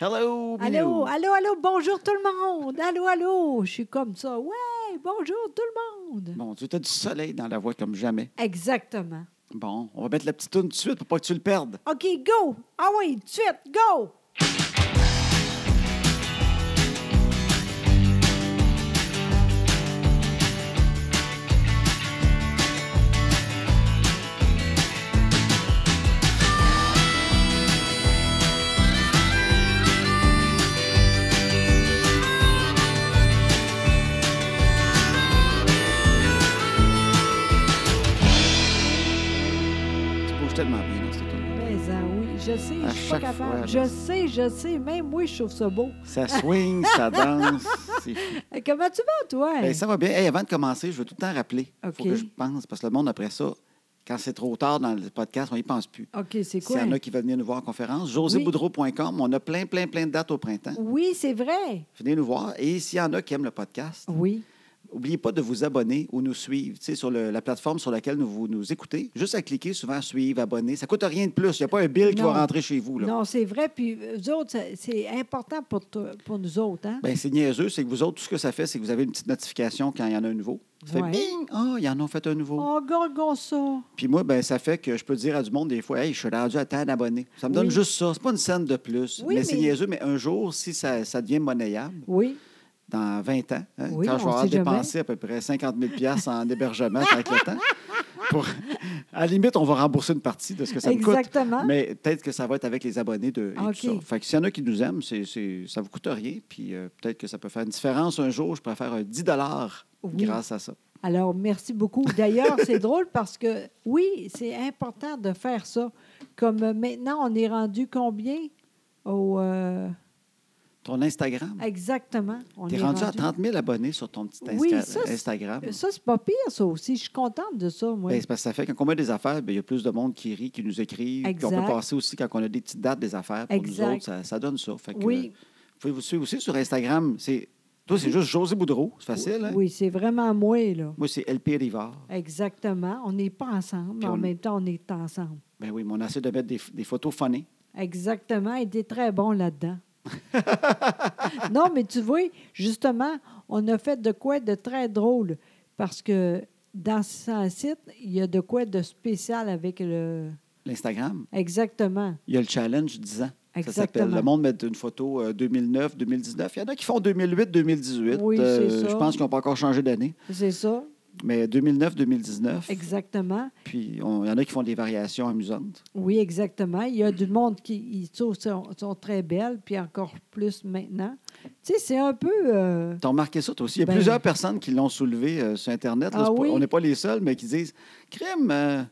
Hello, Allô, Minou. allô, allô, bonjour tout le monde. Allô, allô. Je suis comme ça. Ouais, bonjour tout le monde. Mon Dieu, t'as du soleil dans la voix comme jamais. Exactement. Bon, on va mettre la petite toune tout de suite pour pas que tu le perdes. OK, go. Ah oui, tout de suite, go. Tu bouges tellement bien dans cette toune. Mais ah oui, je sais, je À suis pas chaque capable. fois, là. je sais, je sais. Même moi, je trouve ça beau. Ça swing, ça danse. c'est fou. Euh, Comment tu vas, toi? Ben, ça va bien. Hey, avant de commencer, je veux tout le temps rappeler. Il faut OK. que je pense, parce que le monde, après ça, quand c'est trop tard dans le podcast, on n'y pense plus. OK, c'est S'il quoi? y en a qui veulent venir nous voir en conférence, joséboudreau.com, on a plein, plein, plein de dates au printemps. Oui, c'est vrai. Venez nous voir. Et s'il y en a qui aiment le podcast, Oui. N'oubliez pas de vous abonner ou nous suivre tu sais, sur le- la plateforme sur laquelle nous, vous nous écoutez. Juste à cliquer, souvent suivre, abonner. Ça ne coûte rien de plus. Il n'y a pas un bill qui Non. va rentrer chez vous. Là. Non, c'est vrai. Puis, eux autres, ça- c'est important pour, toi- pour nous autres. Hein? Ben, c'est niaiseux, c'est que vous autres, tout ce que ça fait, c'est que vous avez une petite notification quand il y en a un nouveau. Ça fait Ouais. bing! Ah, ils en ont fait un nouveau. Oh, gorgon ça. Puis moi, ben, ça fait que je peux dire à du monde des fois, hey, je suis rendu à tant d'abonnés. Ça me donne Oui. juste ça. C'est pas une scène de plus. Oui, mais, c'est mais- niaiseux, mais un jour, si ça, ça devient monnayable, Oui. dans 20 ans, hein, quand Oui, je on vais avoir sait jamais. dépensé à peu près 50 000 en hébergement avec le temps. Pour... À la limite, on va rembourser une partie de ce que ça me coûte. Exactement. Mais peut-être que ça va être avec les abonnés de et Ah, tout OK. ça. Fait que s'il y en a qui nous aiment, c'est, c'est- ça ne vous coûte rien. Puis euh, peut-être que ça peut faire une différence un jour. Je préfère un 10 Oui. grâce à ça. Alors, merci beaucoup. D'ailleurs, c'est drôle parce que, oui, c'est important de faire ça. Comme euh, maintenant, on est rendu combien? Au, euh, Ton Instagram. exactement. On Tu es est rendu, à 30 000 abonnés sur ton petit Oui, Insta- ça, c'est- Instagram. Ça, c'est pas pire, ça aussi. Je suis contente de ça, moi. Ben, c'est parce que ça fait quand on met des affaires, ben, il y a plus de monde qui rit, qui nous écrit. Puis on peut Exact. passer aussi quand on a des petites dates des affaires. Pour nous Exact. autres, ça, ça donne ça. Fait que, Oui. euh, vous pouvez vous suivre aussi sur Instagram. C'est, toi, c'est juste José Boudreau. C'est facile. hein? Oui, c'est vraiment moi, là. Moi, c'est LP Rivard. Exactement. On n'est pas ensemble, mais Puis on- en même temps, on est ensemble. Ben oui, mais on essaie de mettre des, des photos funny. Exactement. Il était très bon là-dedans. non, mais tu vois, justement, on a fait de quoi de très drôle parce que dans ce site, il y a de quoi de spécial avec le. L'Instagram, Exactement. il y a le challenge 10 ans. Ça s'appelle Exactement. Le monde met une photo euh, 2009, 2019. Il y en a qui font 2008, 2018. Oui, c'est ça. Euh, Je pense qu'ils n'ont pas encore changé d'année. C'est ça. Mais 2009, 2019. Exactement. Puis on- il y en a qui font des variations amusantes. Oui, exactement. Il y a du monde qui ils sont, sont- sont très belles, puis encore plus maintenant. Tu sais, c'est un peu. euh, T'as remarqué ça, toi aussi? Il y a Ben- plusieurs personnes qui l'ont soulevé euh, sur Internet. là. Ah C'est pas- oui? On n'est pas les seuls, mais qui disent Crime, euh,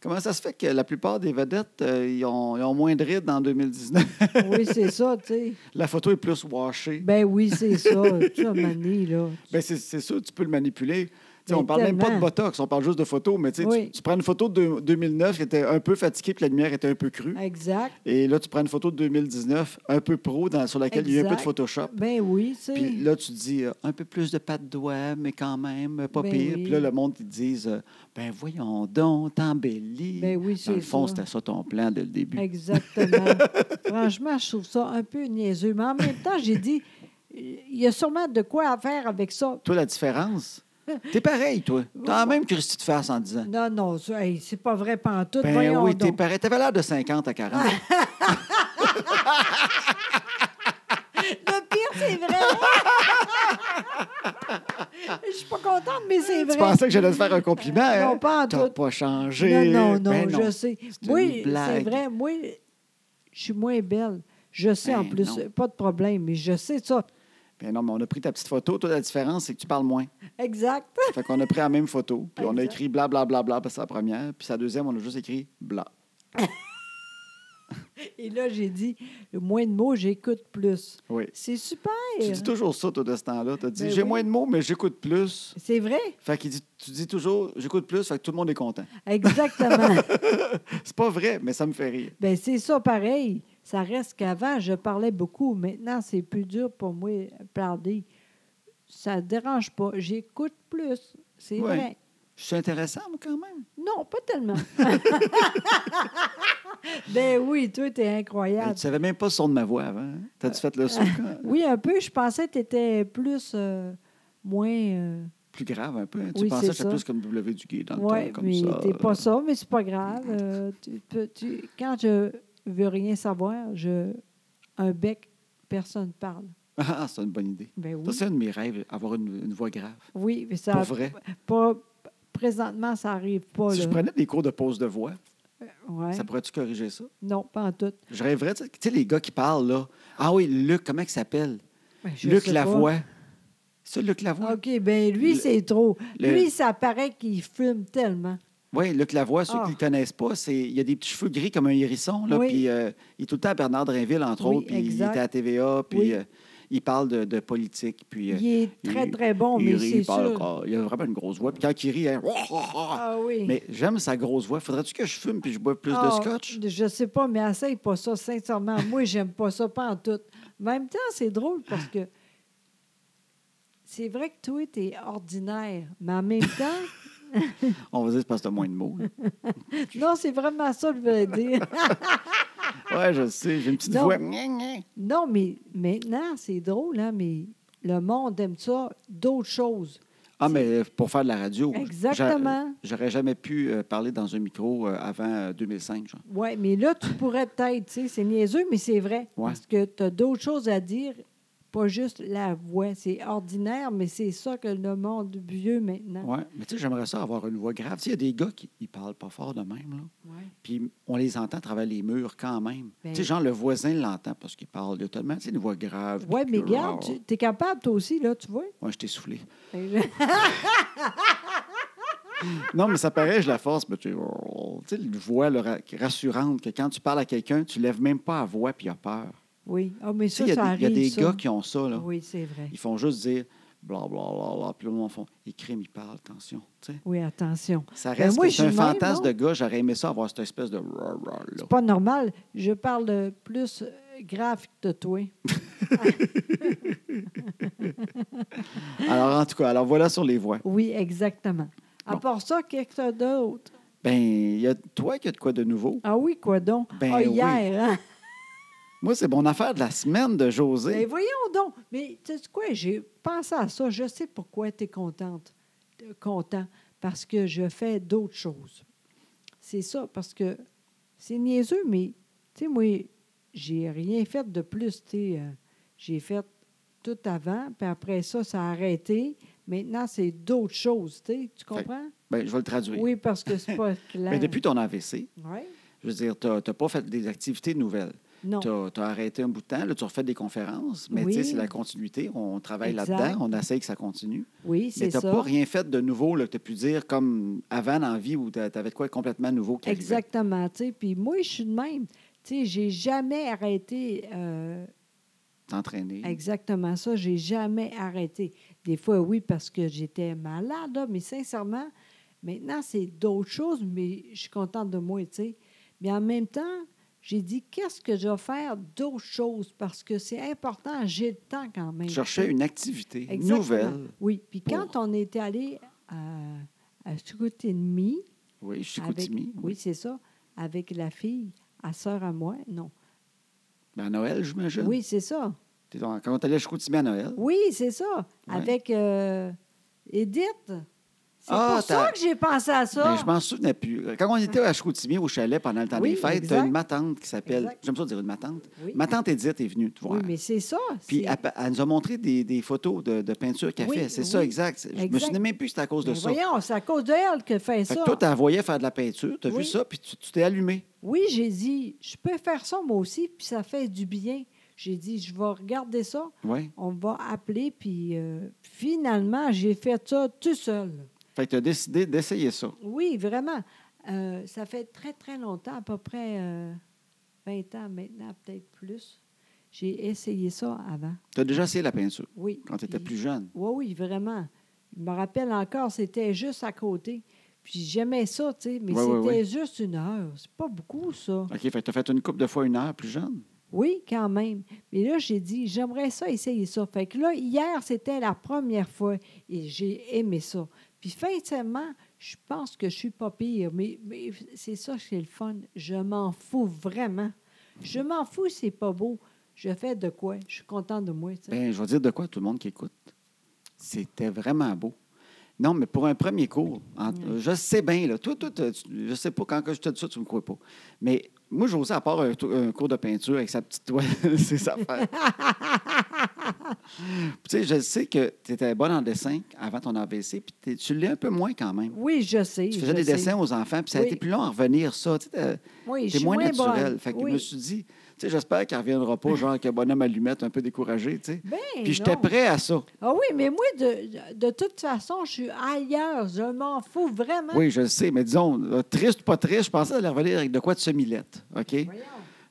comment ça se fait que la plupart des vedettes, euh, ils, ont, ils ont moins de rides en 2019 oui, c'est ça, tu sais. La photo est plus washée. Ben, Ben oui, c'est ça. Tu as mané, là. c'est- c'est sûr, tu peux le manipuler. Tu sais, Mais on parle même pas de tellement. Botox, on parle juste de photos, mais tu sais, tu- Oui. tu, prends une photo de 2009 qui était un peu fatiguée puis la lumière était un peu crue. Exact. Et là, tu prends une photo de 2019 un peu pro dans- sur laquelle il y a eu un peu de Exact. Photoshop. Ben oui, tu sais. Puis là, tu dis euh, un peu plus de pattes doigts, mais quand même, euh, pas Ben pire. oui. Puis là, le monde, ils te disent euh, Ben voyons donc, t'embellis. Ben oui, Dans le c'est fond, ça. c'était ça ton plan dès le début. Exactement. Franchement, je trouve ça un peu niaiseux. Mais en même temps, j'ai dit, il y a sûrement de quoi à faire avec ça. Toi, la différence, t'es pareil, toi. T'as la même Christy de face en disant Non, non, ça, hey, c'est pas vrai pantoute. Ben Ben Voyons oui, t'es donc. Ah, pareil. T'avais l'air de 50 à 40. Le pire, c'est vrai. Je suis pas contente, mais c'est vrai. tu pensais que j'allais te faire un compliment. Non, hein? pas en T'as tout. pas changé. Non, non, non, Ben je sais. C'est une Oui, c'est blague. vrai. Moi, je suis moins belle. Je sais en Ben plus, non. pas de problème, mais je sais ça. Ben non, mais on a pris ta petite photo. Toi, la différence, c'est que tu parles moins. Exact. Fait qu'on a pris la même photo, puis on a Exact. écrit bla bla bla bla, parce que c'est la première, puis sa deuxième, on a juste écrit bla. Et là, j'ai dit, moins de mots, j'écoute plus. Oui. C'est super. Tu dis toujours ça, toi, de ce temps-là. Tu dit euh, Ben j'ai oui. moins de mots, mais j'écoute plus. C'est vrai, Fait qu'il dit, tu dis toujours, j'écoute plus, fait que tout le monde est content. exactement. C'est pas vrai, mais ça me fait rire. ben c'est ça pareil. Ça reste qu'avant, je parlais beaucoup. Maintenant, c'est plus dur pour moi de parler. Ça ne dérange pas. J'écoute plus. C'est Ouais. vrai. Je suis intéressant, moi, quand même. Non, pas tellement. ben oui, toi, t'es Hey, incroyable. Ben, tu savais même pas le son de ma voix avant. hein? Euh, T'as-tu fait le son quand- Oui, un peu. Je pensais que t'étais plus, euh, moins... euh, plus grave un peu? hein? Tu Oui, pensais c'est que c'était ça. plus comme W du gay dans le Oui, temps, comme mais ça. t'es pas ça, mais c'est pas grave. Euh, tu peux- tu- quand je veux rien savoir, je un bec, personne parle. Ah, c'est une bonne idée. Ben Ça, oui. c'est un de mes rêves, avoir une, une voix grave. Oui, mais ça Pour vrai. pas présentement, ça arrive pas. Si là. je prenais des cours de pause de voix, Ouais. ça pourrait-tu corriger ça? Non, pas en tout. Je rêverais, tu sais- tu sais, les gars qui parlent, là. Ah oui, Luc, comment il s'appelle? Ben, je Luc sais pas. Lavoie. C'est ça, Luc Lavoie? OK, ben lui, Le- c'est trop. le- Lui, ça paraît qu'il fume tellement. Oui, Luc Lavoie, ceux Ah. qui ne le connaissent pas, c'est il a des petits cheveux gris comme un hérisson. Là, Oui. puis, euh, il est tout le temps à Bernard Drinville, entre Oui, autres, puis il exact. était à TVA, puis Oui. euh, il parle de, de politique. Puis, euh, Il est très, il- très bon, il mais rit, c'est il parle, sûr. ah, il a vraiment une grosse voix. Puis quand il rit, hein, Ah oui. mais j'aime sa grosse voix. Faudrait-tu que je fume puis je bois plus de Ah, scotch? Je sais pas, mais essaye pas ça, sincèrement. Moi, j'aime pas ça, pas en tout. En même temps, c'est drôle parce que c'est vrai que toi, t'es ordinaire, mais en même temps, On va dire c'est parce que t'as moins de mots. non, c'est vraiment ça que je voulais dire. Oui, je sais, j'ai une petite Non. voix. Gna, gna. Non, mais maintenant, c'est drôle, hein, mais le monde aime ça, d'autres choses. Ah, mais pour faire de la radio. j'a- Exactement. J'aurais jamais pu euh, parler dans un micro euh, avant euh, 2005, genre. Oui, mais là, tu pourrais peut-être, tu sais, c'est niaiseux, mais c'est vrai. Ouais. Parce que tu as d'autres choses à dire, pas juste la voix. C'est ordinaire, mais c'est ça que le monde vieux maintenant. Oui, mais tu sais, j'aimerais ça avoir une voix grave. Tu sais, il y a des gars qui ils parlent pas fort de même, là. Ouais. Puis on les entend à travers les murs quand même. Ben- Tu sais, genre, le voisin l'entend parce qu'il parle de tellement, tu sais, une voix grave. Oui, puis- mais regarde, tu es capable, toi aussi, là, tu vois. Ouais, je t'ai soufflé. Fait que- Non, mais ça paraît, je la force, mais tu tu sais, une voix là, ra- rassurante que quand tu parles à quelqu'un, tu lèves même pas la voix puis il a peur. Oui. Ah, mais Tu sais, ça, il y a ça des, il y a arrive. des ça. gars qui ont ça, là. Oui, c'est vrai. Ils font juste dire bla bla bla bla, puis le monde font ils criment, ils parlent, attention. tu sais. Oui, attention. Ça Ben, reste moi, que je c'est suis un de même, fantasme non? de gars, j'aurais aimé ça avoir cette espèce de ra, ra, là. C'est pas normal. Je parle euh, plus euh, grave que toi. Alors, en tout cas, alors voilà sur les voix. Oui, exactement. À Bon. part ça, qu'est-ce que t'as d'autre? Ben, il y a toi qui a de quoi de nouveau. Ah oui, quoi donc? Ben ah, oui. hier, hein? Moi, c'est mon affaire de la semaine de Mais José. Ben voyons donc. Mais tu sais quoi, j'ai pensé à ça. Je sais pourquoi tu es contente. euh, Content. Parce que je fais d'autres choses. C'est ça, parce que c'est niaiseux, mais tu sais, moi, j'ai rien fait de plus. tu sais, euh, j'ai fait tout avant, puis après ça, ça a arrêté. Maintenant, c'est d'autres choses, tu sais. Tu comprends? Ben, je vais le Oui, ben. traduire. parce que c'est pas clair. Mais depuis ton AVC, Ouais? je veux dire, tu n'as pas fait des activités nouvelles. Non. Tu as, arrêté un bout de temps, là, tu refais des conférences, mais Oui. tu sais, c'est la continuité. On travaille Exact. là-dedans, on essaye que ça continue. Oui, Mais c'est tu n'as ça. pas rien fait de nouveau là, que tu as pu dire comme avant dans la vie où tu avais de quoi complètement nouveau qui arrivait. Exactement, tu sais. Puis moi, je suis de même. Tu sais, j'ai jamais arrêté euh, T'entraîner. exactement ça. J'ai jamais arrêté. Des fois, oui, parce que j'étais malade, là, mais sincèrement, maintenant, c'est d'autres choses, mais je suis contente de moi, tu sais. Mais en même temps, j'ai dit, qu'est-ce que je vais faire d'autres choses? Parce que c'est important, j'ai le temps quand même. Tu cherchais une activité Exactement. nouvelle. Oui, puis pour- quand on était allé à, à Chicoutimi, Oui, je suis avec- coutumier. Oui, c'est ça. Avec la fille, à sœur à moi, non. Ben, à Noël, j'imagine. Oui, c'est ça. T'es donc- Quand tu allais à Chicoutimi à Noël. Oui, c'est ça. Ouais. Avec euh, Edith. C'est Ah, pour t'as- ça que j'ai pensé à ça. Ben, je m'en souvenais plus. Quand on était à Chicoutimi, au chalet, pendant le temps Oui, des fêtes, tu as exact. une matante qui s'appelle. Exact. J'aime ça dire une matante. Oui. Ma tante Edith est venue te voir. Oui, mais c'est ça. Puis c'est- elle, pa- elle nous a montré des, des photos de, de peinture qu'elle Oui, fait. C'est oui. ça, exact. C'est- Je me Exact. souvenais même plus que c'était à cause de Ben, ça. voyons, c'est à cause d'elle que fait Fait ça. que toi, tu la voyais faire de la peinture, tu as vu Oui. ça, puis tu tu t'es allumé. Oui, j'ai dit, je peux faire ça moi aussi, puis ça fait du bien. J'ai dit, je vais regarder ça. Oui. On va appeler, puis euh, finalement, j'ai fait ça tout seul. Fait que tu as décidé d'essayer ça. Oui, vraiment. Euh, ça fait très, très longtemps, à peu près euh, 20 ans maintenant, peut-être plus. J'ai essayé ça avant. Tu as déjà essayé la peinture Oui. quand tu étais plus jeune. Oui, oui, vraiment. Je me rappelle encore, c'était juste à côté. Puis j'aimais ça, tu sais, mais Ouais, c'était ouais, ouais. juste une heure. C'est pas beaucoup, ça. OK, fait que tu as fait une couple de fois une heure plus jeune. Oui, quand même. Mais là, j'ai dit, j'aimerais ça essayer ça. Fait que là, hier, c'était la première fois et j'ai aimé ça. Puis, sincèrement, je pense que je suis pas pire, mais, mais c'est ça c'est le fun. Je m'en fous vraiment. Je m'en fous, c'est pas beau. Je fais de quoi? Je suis contente de moi. tu sais. Ben, je vais dire de quoi à tout le monde qui écoute. C'était vraiment beau. Non, mais pour un premier cours, en- je sais bien, là, toi, toi, t'as- tu- je sais pas, quand que je te dis ça, tu me crois pas. Mais moi, j'osais, à part un, tou- un cours de peinture avec sa petite toile, c'est sa affaire. tu sais, je sais que tu étais bonne en dessin avant ton AVC, puis t'es- tu l'es un peu moins quand même. oui, je sais. Tu je faisais des sais. dessins aux enfants, puis ça a Oui. été plus long à revenir, ça. Tu sais, t'as- Oui, je T'es suis moins, moins naturel. bonne. Fait que Oui. je me suis dit, tu sais, j'espère qu'elle ne reviendra pas, genre que bonhomme allumette un peu découragé, tu sais. Ben, Puis j'étais non. prêt à ça. Ah oui, mais moi, de, de toute façon, je suis ailleurs. Je m'en fous vraiment. Oui, je le sais, mais disons, euh, triste ou pas triste, je pensais à la revenir avec de quoi de semi-lettre, OK? Voyons.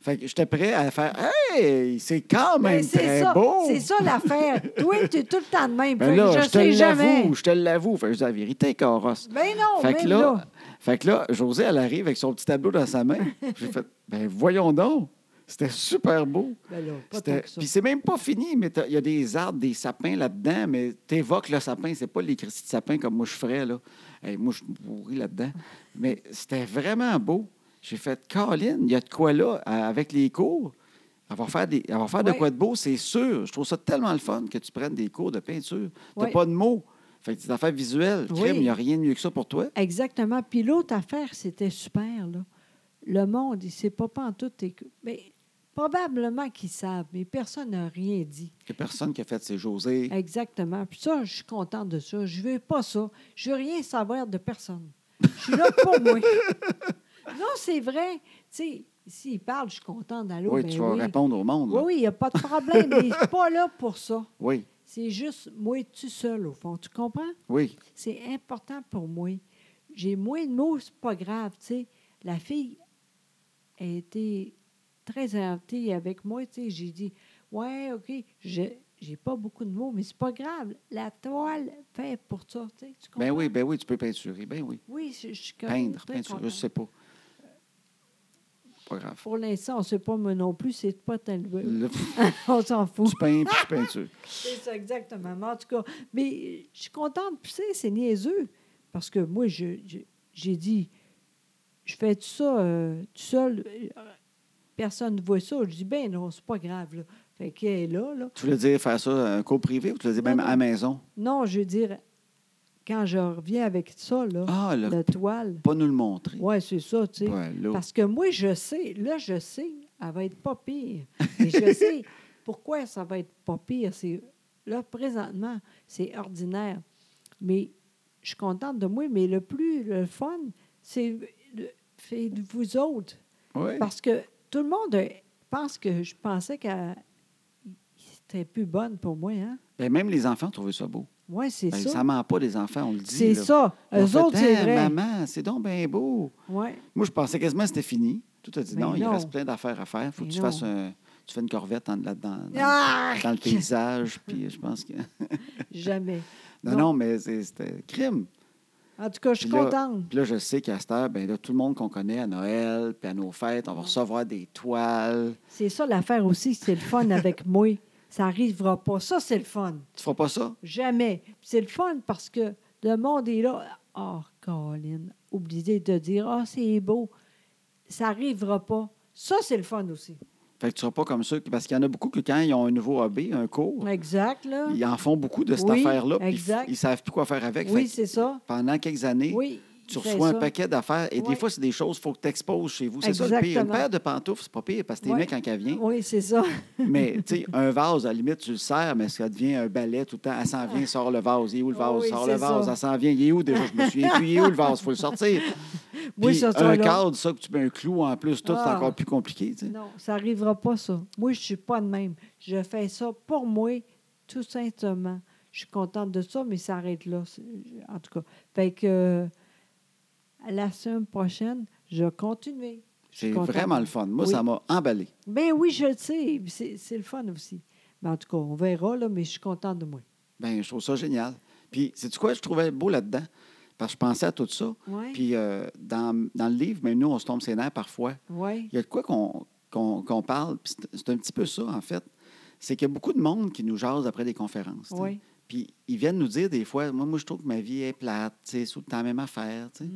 Fait que j'étais prêt à faire Hey, c'est quand Ben, même c'est très ça. beau! C'est ça l'affaire. Toi, tu es tout le temps de même. Ben Fait que là, je, je, te sais jamais. l'avoue, je te l'avoue. Fait que je dis la vérité, Caros. Ben non, Fait même que là, là. fait que là, José, elle arrive avec son petit tableau dans sa main. J'ai fait, ben voyons donc, c'était super beau. Ben là, pas tant C'était- que ça. Puis c'est même pas fini, mais t'as- il y a des arbres, des sapins là-dedans, mais t'évoques le sapin, c'est pas les cristis de sapin comme moi je ferais, là. Hey, moi, je suis pourri là-dedans. Mais c'était vraiment beau. J'ai fait, Caroline, il y a de quoi là, à- avec les cours. Elle va faire, des, elle va faire de Ouais. quoi de beau, c'est sûr. Je trouve ça tellement le fun que tu prennes des cours de peinture. T'as Ouais. pas de mots. Fait que des affaires visuelles. Oui. Crime, il n'y a rien de mieux que ça pour toi. Exactement. Puis l'autre affaire, c'était super, là. Le monde, il ne sait pas pantoute. t'es- Mais probablement qu'ils savent, mais personne n'a rien dit. Il n'y a personne qui a fait, c'est José. Exactement. Puis ça, je suis contente de ça. Je veux pas ça. Je veux rien savoir de personne. Je suis là pour moi. Non, c'est vrai. Tu sais, s'ils parlent, je suis contente d'aller au oui, ben tu vas oui. répondre au monde. Oui, là. oui, il n'y a pas de problème. mais je suis pas là pour ça. Oui, C'est juste moi tout seul, au fond. Tu comprends? oui. C'est important pour moi. J'ai moins de mots, c'est pas grave, tu sais. La fille a été très gentille avec moi, tu sais. J'ai dit, ouais, OK, je j'ai pas beaucoup de mots, mais c'est pas grave. La toile fait pour ça, tu sais. Tu Ben comprends? oui, ben oui, tu peux peinturer. Ben oui. Oui, je, je suis comme Peindre, très peinture, je contente. sais pas. Pas grave. Pour l'instant, on ne sait pas moi non plus, c'est pas tellement. Là, on s'en fout. tu peins, puis tu peintures. C'est ça, exactement. Mais en tout cas, mais euh, je suis contente, puis tu sais, c'est niaiseux. Parce que moi, je- je- j'ai dit, je fais tout ça euh, tout seul, euh, personne ne voit ça. Je dis, ben non, c'est pas grave. Là. Fait qu'elle est là, là. Tu voulais dire faire ça à un cours privé ou tu le dis Non, même non. à la maison? Non, je veux dire, quand je reviens avec ça, là, Ah, là, la toile, pas nous le montrer. ouais, c'est ça, tu sais. Ben là, Parce que moi, je sais, là, je sais, elle va être pas pire. Mais je sais pourquoi ça va être pas pire. C'est, là, présentement, c'est ordinaire. Mais je suis contente de moi, mais le plus le fun, c'est le- c'est de vous autres. ouais. Parce que tout le monde euh, pense que je pensais qu'elle était plus bonne pour moi. Hein? Ben, même les enfants trouvaient ça beau. Oui, c'est Ben, ça. ça ment pas, les enfants, on le dit. c'est là. ça. Ils ont Eux fait, autres, c'est Hein, vrai. Maman, c'est donc bien beau. Ouais. Moi, je pensais quasiment que c'était fini. Tout a dit Ben non, il non. reste plein d'affaires à faire. faut Ben que tu non. Ah! fasses un. Tu fais une corvette en- là-dedans, dans, Arc! dans le paysage, puis je pense que. Jamais. Non, Non. non, mais c'est- c'était crime. En tout cas, je suis Puis là- contente. Puis là, je sais qu'à cette heure, ben là, tout le monde qu'on connaît à Noël, puis à nos fêtes, on va recevoir des toiles. C'est ça l'affaire aussi, c'est le fun avec moi. Ça n'arrivera pas. Ça, c'est le fun. Tu feras pas ça? Jamais. Puis C'est le fun parce que le monde est là. Oh, Colin, oubliez de dire Ah, c'est beau. Ça n'arrivera pas. Ça, c'est le fun aussi. Fait que tu seras pas comme ça. Parce qu'il y en a beaucoup que quand ils ont un nouveau hobby, un cours, Exact, là. ils en font beaucoup de cette Oui, affaire-là. puis exact. Ils, ne savent plus quoi faire avec. Fait Oui, que c'est ça. pendant quelques années, Oui. tu c'est reçois un ça. paquet d'affaires. Et Ouais. des fois, c'est des choses qu'il faut que tu exposes chez vous. C'est ça le pire. Une Exactement. paire de pantoufles, c'est pas pire parce que t'es Ouais. mets quand elle vient. Oui, c'est ça. Mais tu sais, un vase, à la limite, tu le sers, mais ça devient un balai tout le temps. Elle s'en vient, sort le vase. Il est où le Ah vase? oui, sort c'est le vase. ça. Elle s'en vient. Il est où déjà? Je me souviens plus. Il est où le vase? Il faut le sortir. Oui, Puis ça, ça, un là. cadre, ça, que tu mets un clou en plus, tout, c'est Ah. encore plus compliqué. tu sais. Non, ça n'arrivera pas, ça. Moi, je ne suis pas de même. Je fais ça pour moi, tout simplement. Je suis contente de ça, mais ça arrête là, c'est- en tout cas. Fait que euh, à la semaine prochaine, je vais continuer. Je suis C'est contente. vraiment le fun. Moi, Oui. ça m'a emballé. Ben oui, je le sais. C'est c'est le fun aussi. Mais en tout cas, on verra, là, mais je suis contente de moi. Ben, je trouve ça génial. Puis, c'est quoi je trouvais beau là-dedans? Parce que je pensais à tout ça. Oui. Puis, euh, dans, dans le livre, même nous, on se tombe ses nerfs parfois. Oui. Il y a de quoi qu'on qu'on- qu'on parle. Puis c'est- c'est un petit peu ça, en fait. C'est qu'il y a beaucoup de monde qui nous jase après des conférences. tu sais. Oui. Puis ils viennent nous dire des fois, moi, moi je trouve que ma vie est plate, tu sais, c'est tout le temps la même affaire. tu sais.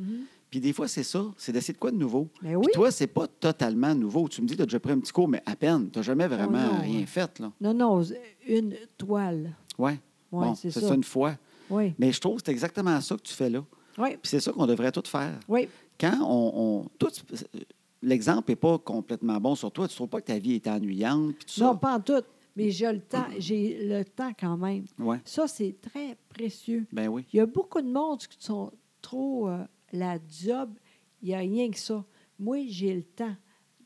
Puis des fois, c'est ça, c'est d'essayer de quoi de nouveau. Puis Mais Mm. Ben oui. toi, c'est pas totalement nouveau. Tu me dis, tu as déjà pris un petit cours, mais à peine. Tu n'as jamais vraiment non, rien ouais. fait. Là. Non, non, une toile. Ouais. Oui, bon, c'est c'est ça. ça. une fois. Oui. Mais je trouve que c'est exactement ça que tu fais là. Oui. Puis c'est ça qu'on devrait tout faire. Oui. Quand on. on- tout, euh, l'exemple n'est pas complètement bon sur toi. Tu ne trouves pas que ta vie est ennuyante. Puis tout Non, ça. pas en tout. Mais j'ai le temps, j'ai le temps quand même. Ouais. Ça, c'est très précieux. Ben oui. Il y a beaucoup de monde qui sont trop euh, la job. Il n'y a rien que ça. Moi, j'ai le temps.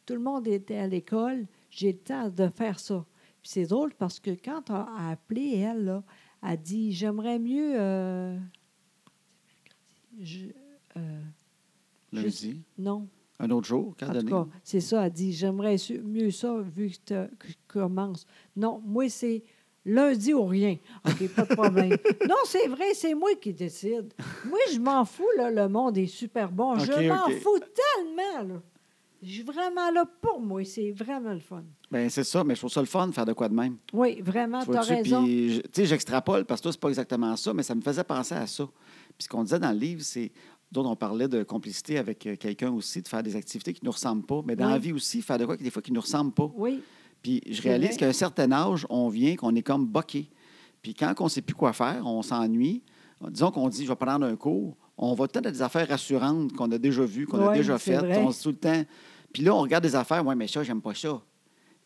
Tout le monde était à l'école. J'ai le temps de faire ça. Puis c'est drôle parce que quand on a appelé, elle, là, a dit J'aimerais mieux. euh, je- euh, Lundi. non. Un autre jour, quand En tout donné. cas, c'est ça, elle dit, j'aimerais su- mieux ça vu que, t'as- que je commence. Non, moi, c'est lundi ou rien. OK, pas de problème. non, c'est vrai, c'est moi qui décide. Moi, je m'en fous, là, le monde est super bon. OK, je m'en OK. fous tellement, là. Je suis vraiment là pour moi, c'est vraiment le fun. Ben, c'est ça, mais je trouve ça le fun de faire de quoi de même. Oui, vraiment, Tu tu as vois-tu? Ah, raison. Puis, je- tu sais, j'extrapole parce que toi, c'est pas exactement ça, mais ça me faisait penser à ça. Puis ce qu'on disait dans le livre, c'est. D'autres, on parlait de complicité avec euh, quelqu'un aussi, de faire des activités qui ne nous ressemblent pas. Mais dans Oui. la vie aussi, faire de quoi qui, des fois qui ne nous ressemble pas. Oui, Puis je C'est vrai. réalise qu'à un certain âge, on vient qu'on est comme boqué. Puis quand on ne sait plus quoi faire, on s'ennuie. Disons qu'on dit, je vais prendre un cours. On va tout le temps à des affaires rassurantes qu'on a déjà vues, qu'on a Ouais, déjà c'est faites. vrai. On se dit tout le temps. Puis là, on regarde des affaires. Ouais, mais ça, j'aime pas ça.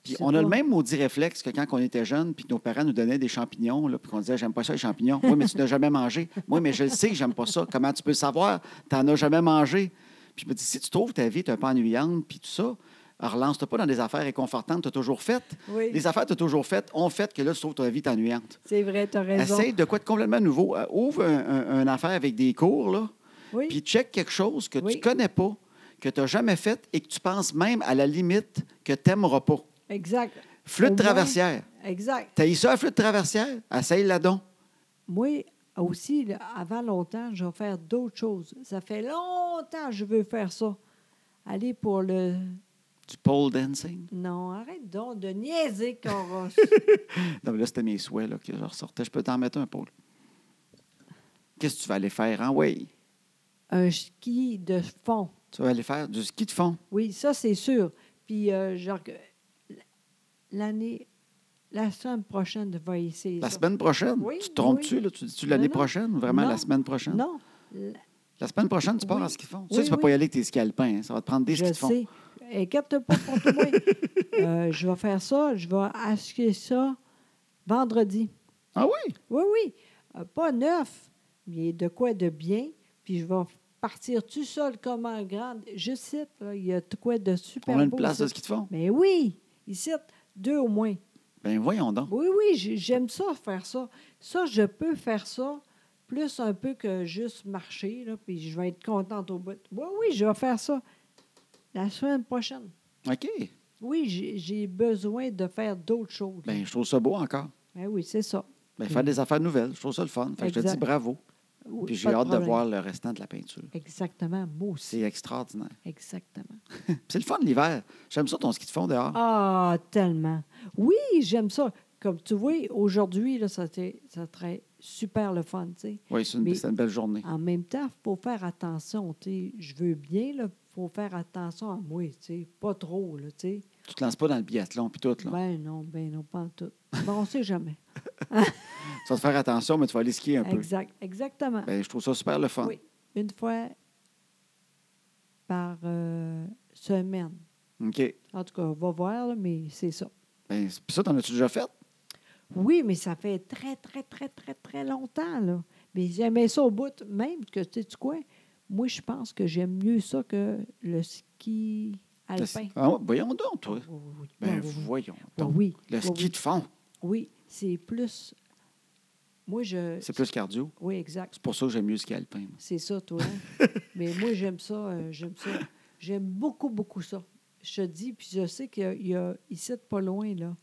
Puis C'est on a pas- le même maudit réflexe que quand on était jeune, puis que nos parents nous donnaient des champignons, là, puis qu'on disait, j'aime pas ça, les champignons. Oui, mais tu n'as jamais mangé. Oui, mais je le sais que j'aime pas ça. Comment tu peux le savoir? Tu n'en as jamais mangé. Puis je me dis, si tu trouves ta vie est un peu ennuyante, puis tout ça, relance-toi pas dans des affaires réconfortantes que tu as toujours faites. Oui. Les affaires que tu as toujours faites ont fait que là, tu trouves ta vie ennuyante. c'est vrai, tu as raison. Essaye de quoi de complètement nouveau. Euh, Ouvre un, un- un affaire avec des cours, là, Oui. puis check quelque chose que Oui. tu connais pas, que tu n'as jamais fait et que tu penses même à la limite que tu n'aimeras pas. Exact. Au Flûte moins- traversière. Exact. T'as eu ça, la flûte traversière? Essaye-la donc. Moi aussi, là, avant longtemps, je vais faire d'autres choses. Ça fait longtemps que je veux faire ça. Aller pour le. Du pole dancing. Non, arrête donc de niaiser, Coros. Non, mais là, c'était mes souhaits là, que je ressortais. Je peux t'en mettre un, Paul. Qu'est-ce que tu vas aller faire, hein? Oui. Un ski de fond. Tu vas aller faire du ski de fond. Oui, ça, c'est sûr. Puis, euh, genre, l'année. La semaine prochaine, je vais essayer. La ça. semaine prochaine? Oui, tu te trompes-tu? oui. là? Tu dis-tu Non, l'année non. prochaine ou vraiment Non. la semaine prochaine? Non, l- La semaine prochaine, tu pars Oui. en ski de fond. Oui, ça, tu ne peux oui. pas y aller avec tes skis alpins. hein. Ça va te prendre des je skis de fond. sais. Inquiète-toi pas contre moi. Euh, je vais faire ça. Je vais acheter ça vendredi. Ah oui? Oui, oui. Euh, pas neuf, mais de quoi de bien. Puis je vais partir tout seul comme en grande. Je cite, là, il y a de quoi de super On a une beau place de ici. ski de fond? Mais oui, ici, deux au moins. Ben voyons donc. Oui, oui, j'ai- j'aime ça, faire ça. Ça, je peux faire ça plus un peu que juste marcher, là, puis je vais être contente au bout. Oui, oui, je vais faire ça la semaine prochaine. OK. Oui, j'ai- j'ai besoin de faire d'autres choses. Ben je trouve ça beau encore. Ben oui, c'est ça. Ben, faire des affaires nouvelles. Je trouve ça le fun. Fait que je te Exact. dis bravo. Oui, Puis j'ai pas hâte de problème. voir le restant de la peinture. Exactement, moi aussi. C'est extraordinaire. Exactement. C'est le fun l'hiver. J'aime ça ton ski de fond dehors. Ah, tellement. Oui, j'aime ça. Comme tu vois, aujourd'hui, là, ça, t'est- ça serait super le fun, tu sais. oui, c'est une, mais- ah. c'est une belle journée. En même temps, il faut faire attention, tu sais. Je veux bien, là, faut faire attention à moi, tu sais. Pas trop, là, tu sais. Tu te lances pas dans le biathlon puis tout. Là. Ben non, ben non, pas en tout. Bon, on sait jamais. Tu vas te faire attention, mais tu vas aller skier un Exact, exactement. peu. Ben, je trouve ça super le fun. Oui, une fois par euh, semaine. OK. En tout cas, on va voir, là, mais c'est ça. Ben, c'est- puis ça, t'en as-tu déjà fait? Oui, mais ça fait très, très, très, très, très longtemps, là. Mais j'aimais ça au bout, même que, tu sais quoi, moi, je pense que j'aime mieux ça que le ski Le alpin. ski- Ah, ouais, voyons donc, toi. Oui, oui, oui. Ben, Oui, oui, oui. voyons Oui, donc. oui. Le Oui, ski oui. de fond, Oui, c'est plus... Moi, je... c'est plus cardio. Oui, exact. C'est pour ça que j'aime mieux le ski alpin. moi. C'est ça, toi. hein? mais moi, j'aime ça, euh, j'aime ça. J'aime beaucoup, beaucoup ça. Je te dis, puis je sais qu'il y a- il y a, ici, pas loin, là,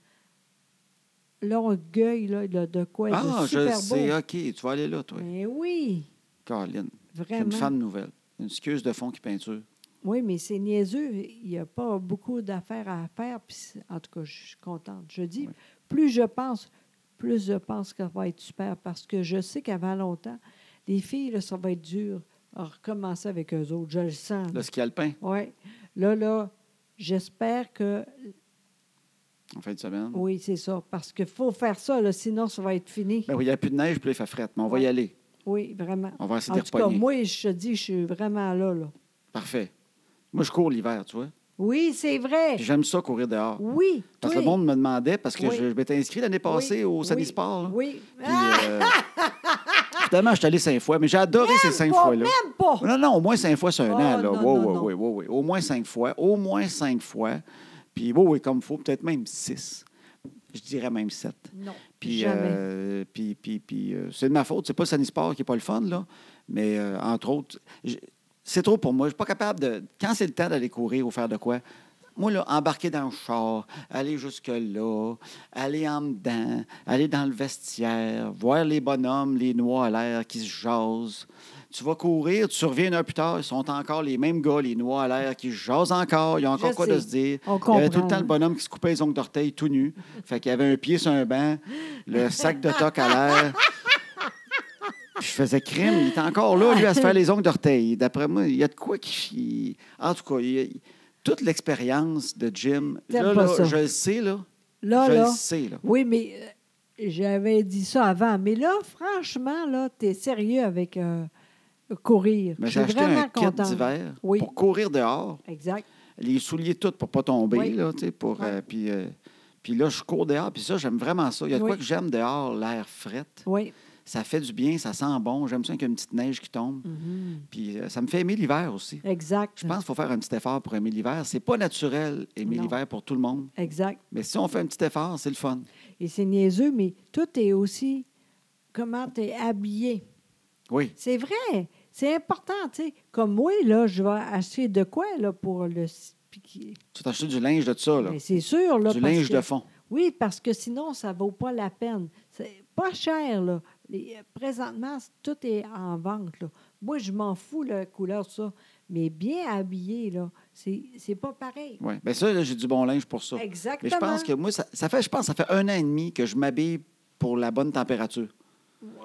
l'orgueil, là, il a de quoi ah, de je super sais. beau. OK, tu vas aller là, toi. Mais oui, Caroline, c'est une vraiment. femme nouvelle. Une skieuse de fond qui peinture. Oui, mais c'est niaiseux. Il n'y a pas beaucoup d'affaires à faire. puis c'est- en tout cas, je suis contente. Je dis, Oui. plus je pense, plus je pense que ça va être super parce que je sais qu'avant longtemps, les filles, là, ça va être dur à recommencer avec eux autres. Je le sens. Le ski alpin, Oui. Là, là, j'espère que. en fin de semaine. Oui, c'est ça. Parce qu'il faut faire ça, là, sinon, ça va être fini. Ben oui, il n'y a plus de neige, puis là, il fait frette. Mais on va y aller. Oui, vraiment. On va essayer En de tout cas, repogner. moi, je te dis, je suis vraiment là. là. Parfait. Moi, je cours l'hiver, tu vois. Oui, c'est vrai. Puis J'aime ça courir dehors. Oui. Parce que oui. le monde me demandait, parce que Oui. je, je m'étais inscrit l'année passée Oui, au Sunny oui, Sport. là. Oui. Puis, euh, finalement, je suis allé cinq fois, mais j'ai adoré ces cinq pas, fois-là. Même pas. Non, non, au moins cinq fois sur un Oh, an. Là. non, oui, non, oui, non. oui, oui, oui. Au moins cinq fois. Au moins cinq fois. Puis oui, oui, comme il faut, peut-être même six. Je dirais même sept. Non. Puis, jamais. euh, puis, puis, puis, euh, c'est de ma faute. C'est pas le Sanisport qui n'est pas le fun, là. Mais euh, entre autres, je- c'est trop pour moi. Je suis pas capable de. Quand c'est le temps d'aller courir ou faire de quoi, moi, là, embarquer dans le char, aller jusque-là, aller en dedans, aller dans le vestiaire, voir les bonhommes, les noix à l'air qui se jasent. Tu vas courir, tu reviens une heure plus tard, ils sont encore les mêmes gars, les noix à l'air qui se jasent encore. Ils ont encore Je quoi de sais. se dire. On Il y avait tout comprend, le temps là. le bonhomme qui se coupait les ongles d'orteil tout nu. Fait qu'il avait un pied sur un banc, le sac de toc à l'air. Puis je faisais crime. Il était encore là, lui, à se faire les ongles d'orteil. D'après moi, il y a de quoi qui. En tout cas, il y a- toute l'expérience de Jim. T'aimes Là, pas là, ça. je le sais, là. Là, je là. le sais, là. Oui, mais euh, j'avais dit ça avant. Mais là, franchement, là, tu es sérieux avec euh, courir. Mais Je Ben, j'ai suis acheté vraiment un kit contente. d'hiver Oui. pour courir dehors. Exact. les souliers tous pour pas tomber, Oui. là, tu sais, pour... Ouais. euh, puis, euh, puis là, je cours dehors, puis ça, j'aime vraiment ça. Il y a de Oui. quoi que j'aime dehors, l'air fret. Oui. Ça fait du bien, ça sent bon. J'aime ça qu'il y a une petite neige qui tombe. Mm. Puis euh, ça me fait aimer l'hiver aussi. Exact. Je pense qu'il faut faire un petit effort pour aimer l'hiver. C'est pas naturel, aimer Mm. Non. l'hiver pour tout le monde. Exact. Mais si on fait un petit effort, c'est le fun. Et c'est niaiseux, mais tout est aussi comment tu es habillé. Oui. C'est vrai. C'est important, tu sais. Comme moi, là, je vais acheter de quoi, là, pour le... s- piquer. Tu t'achètes du linge de ça, là. Mais c'est sûr, là, du parce linge que- de fond. Oui, parce que sinon, ça ne vaut pas la peine. C'est pas cher, là. Les- euh, présentement, c- tout est en vente, là. Moi, je m'en fous, la couleur, ça. Mais bien habillé, là, c'est c'est pas pareil. Oui. Bien Ben ça, là, j'ai du bon linge pour ça. Mais Exactement. je pense que moi, ça, ça fait, je pense, que ça fait un an et demi que je m'habille pour la bonne température.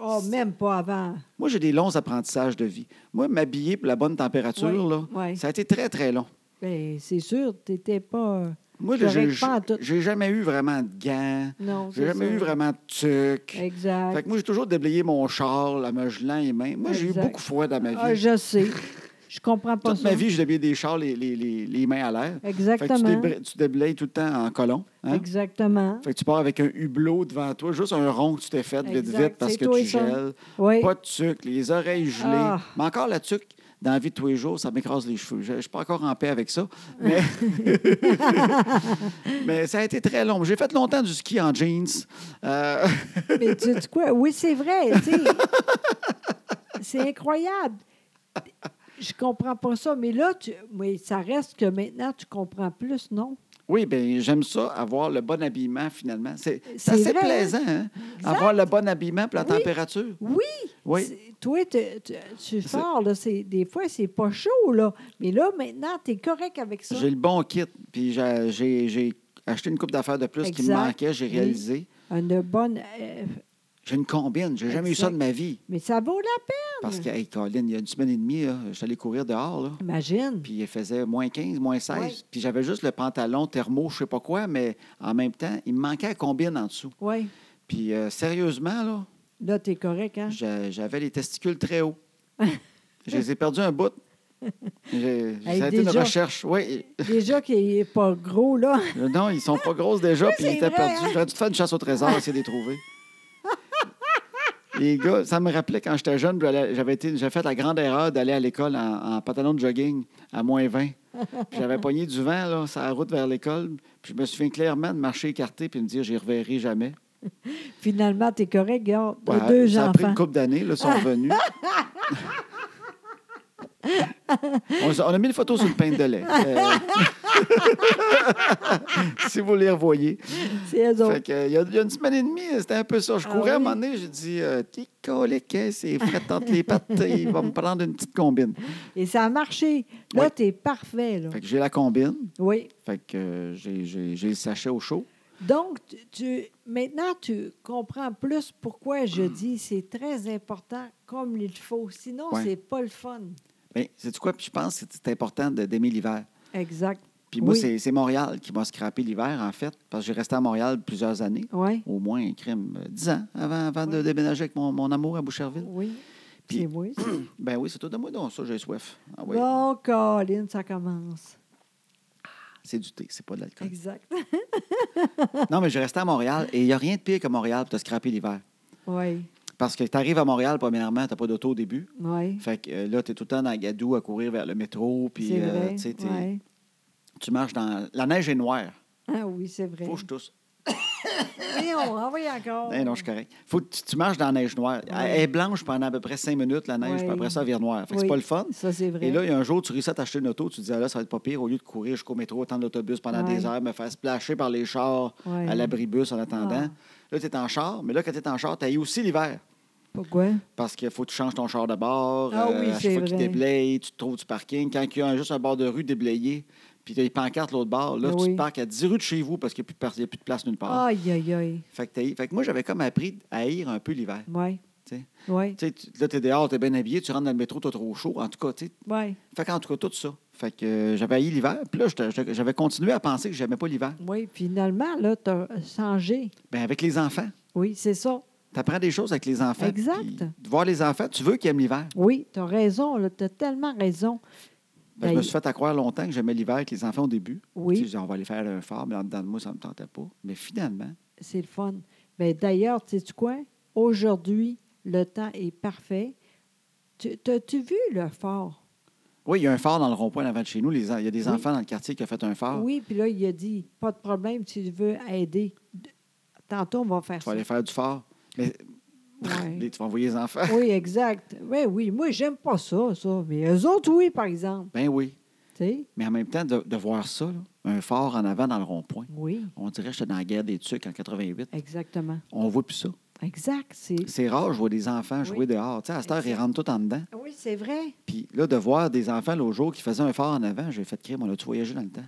Oh, même pas avant. Moi, j'ai des longs apprentissages de vie. Moi, m'habiller pour la bonne température, Oui, là, oui. ça a été très, très long. Ben, c'est sûr, tu n'étais pas... euh, Moi, là, j'ai Correct, pas en tout. j'ai jamais eu vraiment de gants. Non, J'ai c'est jamais ça. eu vraiment de tuc. Fait Exact. que moi, j'ai toujours déblayé mon char, la me gelant les mains. Moi, j'ai eu Exact. beaucoup froid dans ma vie. Ah, je sais. Je comprends pas Toute ça. ma vie, j'ai déblayé des chars les, les- les- les mains à l'air. Fait que tu, Exactement. débra- tu déblayes tout le temps en colon. hein? Exactement. Fait que tu pars avec un hublot devant toi, juste un rond que tu t'es fait vite, Exact. vite, parce C'est que toi tu et ça. gèles. Oui. Pas de sucre, les oreilles gelées. Ah. Mais encore la tuque, dans la vie de tous les jours, ça m'écrase les cheveux. Je ne suis pas encore en paix avec ça. Mais, mais ça a été très long. J'ai fait longtemps du ski en jeans. Euh, Mais tu dis quoi? Oui, c'est vrai. tu sais. c'est incroyable. Je comprends pas ça. Mais là, tu... mais ça reste que maintenant, tu comprends plus, non? oui, bien, j'aime ça, avoir le bon habillement finalement. C'est c'est C'est assez vrai, hein? plaisant, hein? Exact. avoir le bon habillement pour la Oui. température. Oui! Oui. C'est- Toi, tu, tu- tu sors, là, c'est- des fois, c'est pas chaud, là. Mais là, maintenant, tu es correct avec ça. J'ai le bon kit. Puis j'ai- j'ai j'ai acheté une coupe d'affaires de plus qui me Exact. manquait, j'ai Oui. réalisé. Une bonne. euh, J'ai une combine. J'ai jamais eu ça Exact. de ma vie. Mais ça vaut la peine. Parce que, hey, Colin, il y a une semaine et demie, là, je suis allé courir dehors, là, Imagine. puis il faisait moins 15, moins 16. Ouais. Puis j'avais juste le pantalon thermo, je sais pas quoi, mais en même temps, il me manquait la combine en dessous. Oui. Puis euh, sérieusement, là, Là, tu es correct, hein? j'a- j'avais les testicules très hauts. je les ai perdus un bout. J'ai- Hey, ça a été une déjà. recherche. Oui. Déjà qu'il est pas gros, là. Non, ils sont pas grosses déjà, puis ils c'est étaient vrai, perdus. hein? J'aurais dû te faire une chasse au trésor, essayer de les trouver. Les gars, ça me rappelait quand j'étais jeune, j'allais- j'avais été- j'avais fait la grande erreur d'aller à l'école en, en pantalon de jogging à moins 20. Puis j'avais pogné du vent là, sur la route vers l'école. Puis je me souviens clairement de marcher écarté puis me dire j'y reverrai jamais. Finalement, tu es correct, regarde. t'as Ouais, deux Bah, ça a pris enfants. une couple d'années, là, ils sont revenus. on, s- on a mis une photo sur une peinte de lait. Euh, si vous les revoyez. C'est eux autres. Fait que, euh, il, y a, il y a une semaine et demie, c'était un peu ça. Je Ah courais à un oui? moment donné, j'ai dit euh, T'es colique, hein, c'est frais entre les pattes, il va me prendre une petite combine. Et ça a marché. Là, Oui. t'es parfait, là. Fait que j'ai la combine, Oui. fait que euh, j'ai- j'ai j'ai le sachet au chaud. Donc, tu, tu- maintenant, tu comprends plus pourquoi je Hmm. dis c'est très important comme il faut. Sinon, Ouais. c'est pas le fun. Bien, c'est quoi? Puis je pense que c'est important de- d'aimer l'hiver. Exact. Puis moi, Oui. c'est- c'est Montréal qui m'a scrappé l'hiver, en fait, parce que j'ai resté à Montréal plusieurs années, Ouais. au moins, un crime, euh, 10 ans, avant, avant de Ouais. déménager avec mon, mon amour à Boucherville. Oui. Puis- C'est moi. ça. Ben oui, c'est tout de moi, donc ça, j'ai soif. Ah oui, Bon, Colin, ça commence. c'est du thé, c'est pas de l'alcool. Exact. Non, mais je restais à Montréal et il n'y a rien de pire que Montréal pour te scraper l'hiver. Oui. Parce que tu arrives à Montréal, premièrement, tu pas d'auto au début. Oui. Fait que euh, là, tu es tout le temps dans la gadoue à courir vers le métro. Puis C'est euh, vrai. tu sais, t'es- Ouais. tu marches dans. La neige est noire. Ah oui, c'est vrai. Faut que je tousse. Mais on renvoie encore. Eh non, je suis correct. Faut que tu, tu marches dans la neige noire. Elle est blanche pendant à peu près cinq minutes, la neige, Ouais. puis après ça, elle vire noire. Fait que Oui. c'est pas le fun. Ça, c'est vrai. Et là, il y a un jour, tu réussis à t'acheter une auto, tu te dis, ah là, ça va être pas pire, au lieu de courir jusqu'au métro, attendre l'autobus pendant Ouais. des heures, me faire splasher par les chars Ouais. Ah. à l'abribus en attendant. Là, tu es en char, mais là, quand tu es en char, tu aussi l'hiver. Pourquoi? Parce qu'il faut que tu changes ton char de bord. euh, Ah oui, à chaque c'est fois qu'il vrai. déblaye, tu te trouves du parking. Quand il y a un- juste un bord de rue déblayé, puis tu as les pancartes l'autre bord, là, Ah tu oui. Ah. te parques à 10 rues de chez vous parce qu'il n'y a, plus de par- il y a plus de place nulle part. Aïe, aïe, aïe. Fait, que t'haïs- fait que moi, j'avais comme appris à haïr un peu l'hiver. Oui. tu sais. Oui. Tu sais, tu- Là, tu es dehors, tu es bien habillé, tu rentres dans le métro, tu trop chaud. En tout cas, tu sais, Oui. fait qu'en tout cas, tout ça. Fait que euh, j'avais haï l'hiver. Puis là, j'étais- j'étais- j'avais continué à penser que j'aimais pas l'hiver. Oui. Finalement, là, tu as changé. Bien, avec les enfants. Oui, c'est ça. Tu apprends des choses avec les enfants. Exact. puis de voir les enfants, tu veux qu'ils aiment l'hiver. Oui, tu as raison. Tu as tellement raison. Fait que Je me Ben, suis fait à croire longtemps que j'aimais l'hiver avec les enfants au début. Oui. Tu sais, je disais, on va aller faire un phare, mais en dedans de moi, ça ne me tentait pas. Mais finalement, C'est le fun. Mais d'ailleurs, sais-tu quoi? Aujourd'hui, le temps est parfait. Tu- T'as-tu vu le fort? oui, il y a un phare dans le rond-point en avant de chez nous. Les en- il y a des Oui. enfants dans le quartier qui ont fait un phare. Oui, puis là, il a dit, pas de problème, tu veux aider. De- Tantôt, on va faire Tu vas ça. aller faire du phare. Mais Ouais. les- tu vas envoyer les enfants. oui, exact. Oui, oui. Moi, j'aime pas ça, ça. Mais eux autres, oui, par exemple. Ben oui. Tu sais? Mais en même temps, de, de voir ça, là, un phare en avant dans le rond-point, Oui, on dirait que j'étais dans la guerre des tucs en 88. exactement. On voit plus ça. Exact. c'est- C'est rare, je vois des enfants Oui. jouer dehors. Tu sais, à cette heure, ils Exact. rentrent tout en dedans. Oui, c'est vrai. Puis là, de voir des enfants l'autre jour qui faisaient un phare en avant, j'ai fait crime, on a-tu voyagé dans le temps?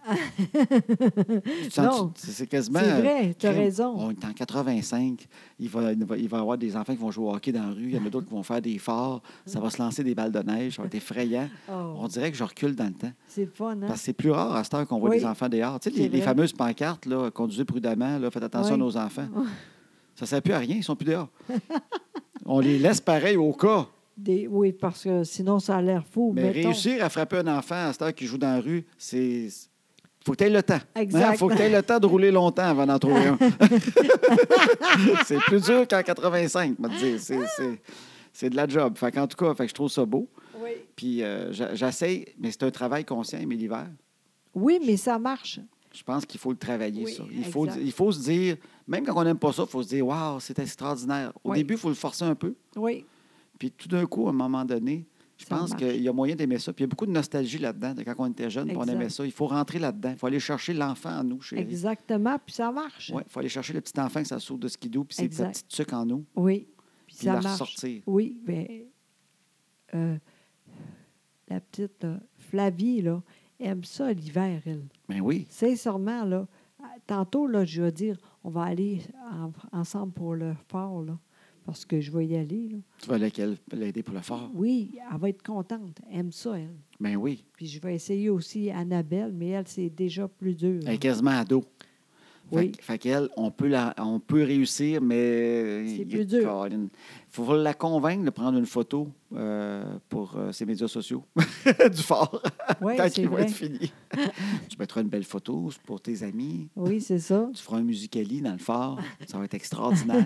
Tu sens- Non. tu- c'est- c'est quasiment. C'est vrai, euh, t'as crime, raison. On est en 85. Il va, il va- il va y avoir des enfants qui vont jouer au hockey dans la rue. Il y en a d'autres qui vont faire des phares. Ça va se lancer des balles de neige. Ça va être effrayant. Oh, On dirait que je recule dans le temps. c'est le fun, hein? Parce que c'est plus rare à cette heure qu'on voit Oui. des enfants dehors. Tu sais, C'est les, les vrai. fameuses pancartes, là, conduisez prudemment, là, faites attention à Oui. nos enfants. Ça ne sert plus à rien, ils sont plus dehors. on les laisse pareil au cas. Des- oui, parce que sinon, ça a l'air fou. Mais mettons. réussir à frapper un enfant à cette heure qui joue dans la rue, c'est. Faut que tu aies le temps. Hein? Exact. Faut que tu aies le temps de rouler longtemps avant d'en trouver un. c'est plus dur qu'en 85, me dire. C'est- C'est, c'est de la job. Fait en tout cas, fait que je trouve ça beau. Oui. Puis euh, j'a- j'essaie, mais c'est un travail conscient, mais l'hiver, Oui, mais ça marche. je pense qu'il faut le travailler, Oui, ça. Il faut, exact. il faut se dire, même quand on n'aime pas ça, il faut se dire, waouh, c'est extraordinaire. Au Oui. début, il faut le forcer un peu. Oui. Puis tout d'un coup, à un moment donné, je Ça pense marche. qu'il y a moyen d'aimer ça. Puis il y a beaucoup de nostalgie là-dedans, de quand on était jeune, puis on Exact. aimait ça. Il faut rentrer là-dedans. Il faut aller chercher l'enfant en nous, chérie. Exactement, puis ça marche. Il faut aller chercher le petit enfant que ça saute de skidoo, puis ses Exact. petites sucres en nous, Oui, puis puis la ça marche. ressortir. Oui, mais euh, la petite là, Flavie, là, aime ça l'hiver, elle. Ben oui. Sincèrement, là, à- tantôt, là, je vais dire, on va aller en- ensemble pour le fort, là, parce que je vais y aller. là. Tu vas laquelle- l'aider pour le fort. Oui, elle va être contente. Elle aime ça, elle. Ben oui. Puis je vais essayer aussi Annabelle, mais elle, c'est déjà plus dur. Elle est quasiment ado. Fait, Oui. que- fait qu'elle, on peut, la, on peut réussir, mais. C'est plus dur. Il faut la convaincre de prendre une photo euh, pour euh, ses médias sociaux du fort. Oui, Tant c'est qu'il va vrai. être fini. tu mettras une belle photo pour tes amis. Oui, c'est ça. Tu feras un musicali dans le fort. Ça va être extraordinaire.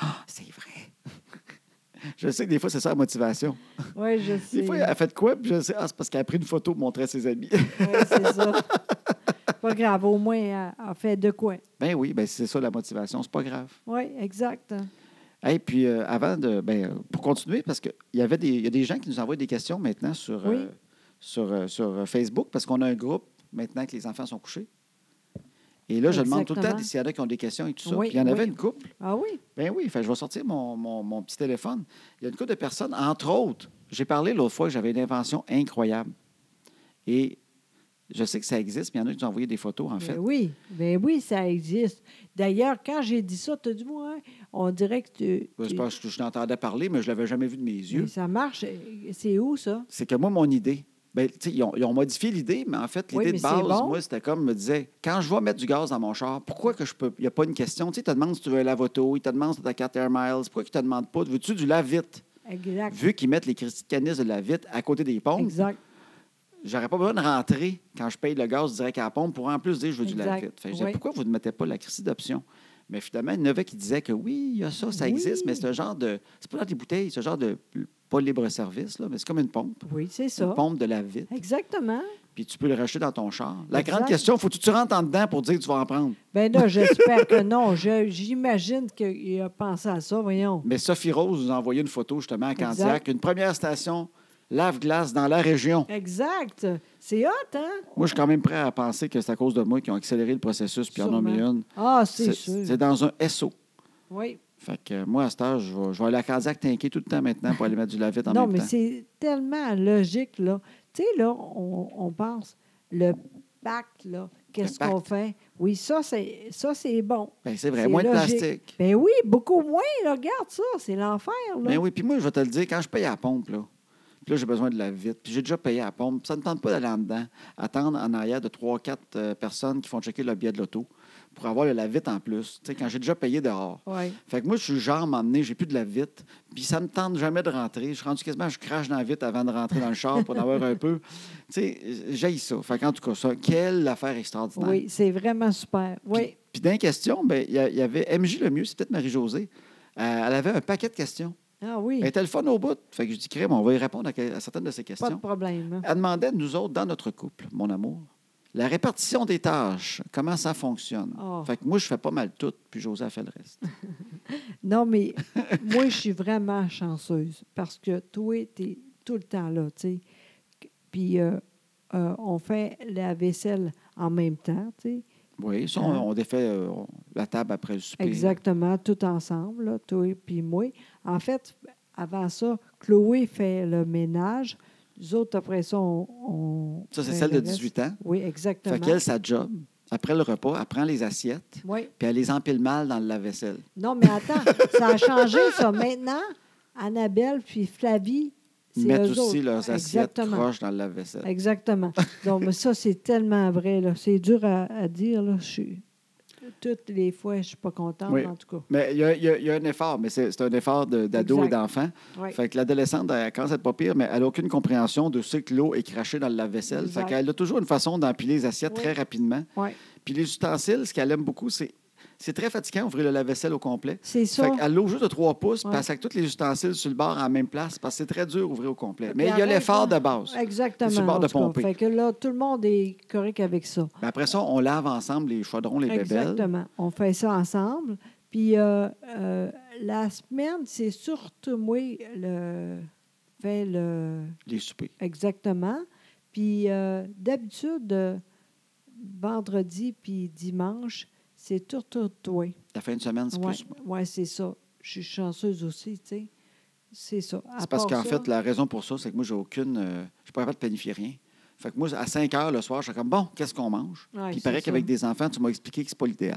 Ah, c'est vrai. Je sais que des fois, c'est ça la motivation. Oui, je sais. Des fois, elle a fait de quoi? Puis je sais, ah, c'est parce qu'elle a pris une photo pour montrer à ses amis. Oui, c'est ça. Pas grave, au moins, elle a fait de quoi. ben oui, ben c'est ça la motivation. C'est pas grave. Oui, exact. Et puis, euh, avant de. Ben, euh, pour continuer, parce qu'il y avait des, il y a des gens qui nous envoient des questions maintenant sur, Oui. euh, sur, euh, sur euh, Facebook, parce qu'on a un groupe maintenant que les enfants sont couchés. Et là, je demande tout le temps Exactement. s'il y en a qui ont des questions et tout ça. Oui, Puis il y en avait oui. une couple. Ah oui? Ben oui, fait, je vais sortir mon, mon- mon petit téléphone. Il y a une couple de personnes, entre autres, j'ai parlé l'autre fois que j'avais une invention incroyable. Et Je sais que ça existe, mais il y en a qui nous ont envoyé des photos, en fait. Ben oui, ben oui, ça existe. D'ailleurs, quand j'ai dit ça, tu as dit, moi, hein, on dirait que tu. Je tu- pense Ben, que je l'entendais parler, mais je l'avais jamais vu de mes yeux. mais ça marche. C'est où, ça? c'est que moi, mon idée, ben, tu sais, ils, ont, ils ont modifié l'idée, mais en fait, Oui, l'idée de mais c'est base, bon. moi, c'était comme, je me disais, quand je vais mettre du gaz dans mon char, pourquoi que je peux. Il n'y a pas une question. Tu sais, ils te demandent si tu veux un lave-auto, ils te demandent si tu as 4 air miles, pourquoi ils ne te demandent pas, veux-tu du lave-vite? Exact. Vu qu'ils mettent les Christi de canistes de lave-vite à côté des pompes, Exact. j'aurais pas besoin de rentrer quand je paye le gaz direct à la pompe pour en plus dire je veux du Exact. lave-vite. Fait que je disais, Oui. pourquoi vous ne mettez pas la Christi d'option? Mais finalement, il y en avait qui disaient que oui, il y a ça, ça existe, Oui. mais c'est un genre de. C'est pas dans des bouteilles, c'est un genre de. Pas libre-service, là, mais c'est comme une pompe. Oui, c'est Une ça. pompe de lave-vite Exactement. puis tu peux le racheter dans ton char. La Exact. grande question, faut-tu que tu rentres en dedans pour dire que tu vas en prendre? Ben là, j'espère que non. Je- J'imagine qu'il a pensé à ça, voyons. Mais Sophie Rose nous a envoyé une photo justement à Exact. Candiac, une première station lave-glace dans la région. Exact. C'est hot, hein? Moi, je suis quand même prêt à penser que c'est à cause de moi qu'ils ont accéléré le processus puis en ont mis Sûrement. une. Ah, c'est C'est sûr. c'est dans un SO. Oui. Fait que euh, moi, à cette heure, je vais, je vais aller à Candiac t'inquiète tout le temps maintenant pour aller mettre du lave-vite en Non, même mais temps. c'est tellement logique, là. Tu sais, là, on, on pense, le pacte, là, qu'est-ce pacte. qu'on fait? Oui, ça, c'est ça, c'est bon. Ben, c'est vrai, c'est moins de logique. plastique. Ben oui, beaucoup moins, là. Regarde ça, c'est l'enfer, là. Ben oui, puis moi, je vais te le dire, quand je paye à la pompe, là, puis là, j'ai besoin de la vite, puis j'ai déjà payé à la pompe, puis ça ne tente pas d'aller en dedans, attendre en arrière de 3-4 personnes qui font checker le billet de l'auto pour avoir le la-vite en plus, tu sais, quand j'ai déjà payé dehors. Ouais. Fait que moi, je suis le genre à m'emmener, j'ai plus de la-vite, puis ça ne me tente jamais de rentrer. Je suis rendu quasiment, je crache dans la vite avant de rentrer dans le char pour en avoir un peu. Tu sais, j'ai ça. Fait qu'en tout cas, ça, quelle affaire extraordinaire. Oui, c'est vraiment super. Oui. Puis, puis dans les questions, ben, il y, a- il y avait MJ Lemieux, c'est peut-être Marie-Josée, euh, elle avait un paquet de questions. Ah oui, Elle était le fun au bout. Fait que je dis, crème, on va y répondre à, que- à certaines de ces pas de questions. problème. hein. Elle demandait, nous autres, dans notre couple, mon amour, la répartition des tâches, comment ça fonctionne. Oh. Fait que moi, je fais pas mal tout, puis José a fait le reste. Non, mais moi, je suis vraiment chanceuse parce que toi, tu es tout le temps là, tu sais. Puis euh, euh, on fait la vaisselle en même temps, tu sais. Oui, ça, Hein? on, on défait euh, on- la table après le souper. Exactement, tout ensemble, là, toi puis moi. En fait, avant ça, Chloé fait le ménage. Nous autres, après ça, on. on Ça, c'est fait celle le de reste. 18 ans. Oui, Fait exactement. qu'elle, sa job, après le repas, elle prend les assiettes, Oui. puis elle les empile mal dans le lave-vaisselle. Non, mais attends, ça a changé, ça. Maintenant, Annabelle puis Flavie, c'est Mettent eux aussi autres. leurs assiettes Exactement. proches dans le lave-vaisselle. Exactement. Donc, mais ça, c'est tellement vrai. là. C'est dur à, à dire. Là. Je suis- Toutes les fois, je ne suis pas contente, Oui. en tout cas. Mais il y, a- il y a- il y a un effort, mais c'est c'est un effort de- d'ado et Exact. d'enfant. Oui. Fait que l'adolescente, elle commence à être pas pire, mais elle n'a aucune compréhension de ce que l'eau est crachée dans le lave-vaisselle. Fait Exact. qu'elle a toujours une façon d'empiler les assiettes Oui. très rapidement. Ouais. Puis les ustensiles, ce qu'elle aime beaucoup, c'est c'est très fatigant ouvrir le lave-vaisselle au complet. C'est ça. Fait qu'elle l'ouvre juste de trois pouces, Ouais. puis elle sac tous les ustensiles sur le bord en même place, parce que c'est très dur d'ouvrir au complet. Puis Mais il y a arrête, l'effort là. de base. Exactement. Sur le bord en de tout cas. pomper. Fait que là, tout le monde est correct avec ça. Mais après ça, on lave ensemble les chaudrons, les bébelles. Exactement. On fait ça ensemble. Puis euh, euh, la semaine, c'est surtout moi le fait le les soupers. exactement. Puis euh, d'habitude euh, vendredi puis dimanche, c'est tout tout toi. La fin de semaine, c'est Oui, plus... c'est ça. Je suis chanceuse aussi, tu sais. C'est ça. À C'est parce part qu'en ça, fait, la raison pour ça, c'est que moi, j'ai aucune. euh, je suis pas capable de planifier rien. Fait que moi, à 5 heures le soir, je suis comme bon, qu'est-ce qu'on mange? Ouais, Puis il c'est paraît ça. qu'avec des enfants, tu m'as expliqué que c'est pas l'idéal.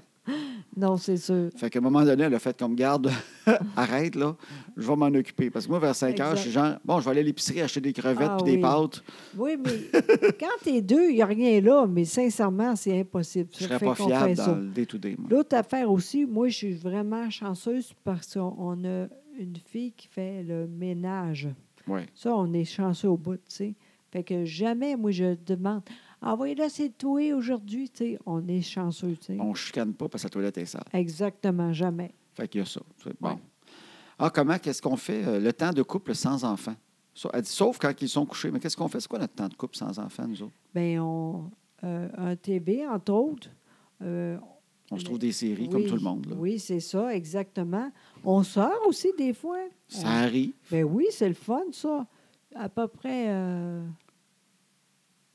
Non, c'est sûr. Fait qu'à un moment donné, le fait qu'on me garde, arrête là, je vais m'en occuper. Parce que moi, vers 5 heures, je suis genre, bon, je vais aller à l'épicerie acheter des crevettes Ah puis des oui. pâtes. Oui, mais quand t'es deux, il n'y a rien là, mais sincèrement, c'est impossible. Je Ça serais fait pas qu'on fiable fait dans ça. le day-to-day. moi. L'autre affaire aussi, moi, je suis vraiment chanceuse parce qu'on on a une fille qui fait le ménage. Ouais. Ça, on est chanceux au bout, tu sais. Fait que jamais, moi, je demande Ah oui, là, c'est toi aujourd'hui, tu sais. On est chanceux, tu sais. On chicane pas parce que la toilette est sale. Exactement, jamais. Fait qu'il y a ça. C'est Bon. Ouais. Ah, comment, qu'est-ce qu'on fait euh, le temps de couple sans enfants? Ça- Elle dit, sauf quand ils sont couchés. Mais qu'est-ce qu'on fait? C'est quoi notre temps de couple sans enfants, nous autres? Bien, Ben, on, euh, un TV, entre autres. Euh, On se Mais- trouve des séries comme oui, tout le monde. là. Oui, c'est ça, exactement. On sort aussi des fois. Ça arrive. On- Ben oui, c'est le fun, ça. À peu près. euh,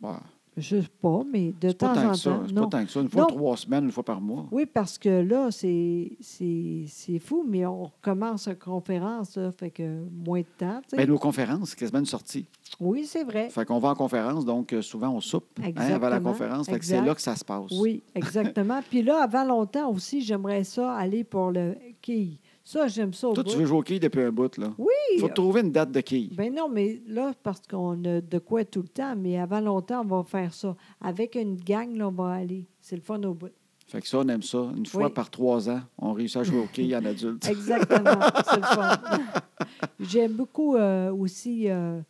Bon, Je sais pas, mais de Bah, C'est pas temps tant en que ça. temps. C'est non. pas tant que ça. Une fois Non. trois semaines, une fois par mois. Oui, parce que là, c'est- c'est c'est fou, mais on commence une conférence, là, fait que moins de temps. tu sais. Ben, nos conférences, c'est quasiment une sortie. oui, c'est vrai. Fait qu'on va en conférence, donc euh, souvent on soupe hein, avant la Exactement. conférence. Fait que c'est Exact. là que ça se passe. Oui, exactement. Puis là, avant longtemps aussi, j'aimerais ça aller pour le quille. Ça, j'aime ça. au Toi, tu bout. veux jouer au quilles depuis un bout, là. Oui, Faut trouver une date de quilles. Ben non, mais là, parce qu'on a de quoi tout le temps, mais avant longtemps, on va faire ça. Avec une gang, là, on va aller. C'est le fun au bout. Fait que ça, on aime ça. Une fois Oui. par trois ans, on réussit à jouer au quilles en adulte. Exactement, c'est le fun. J'aime beaucoup euh, aussi euh,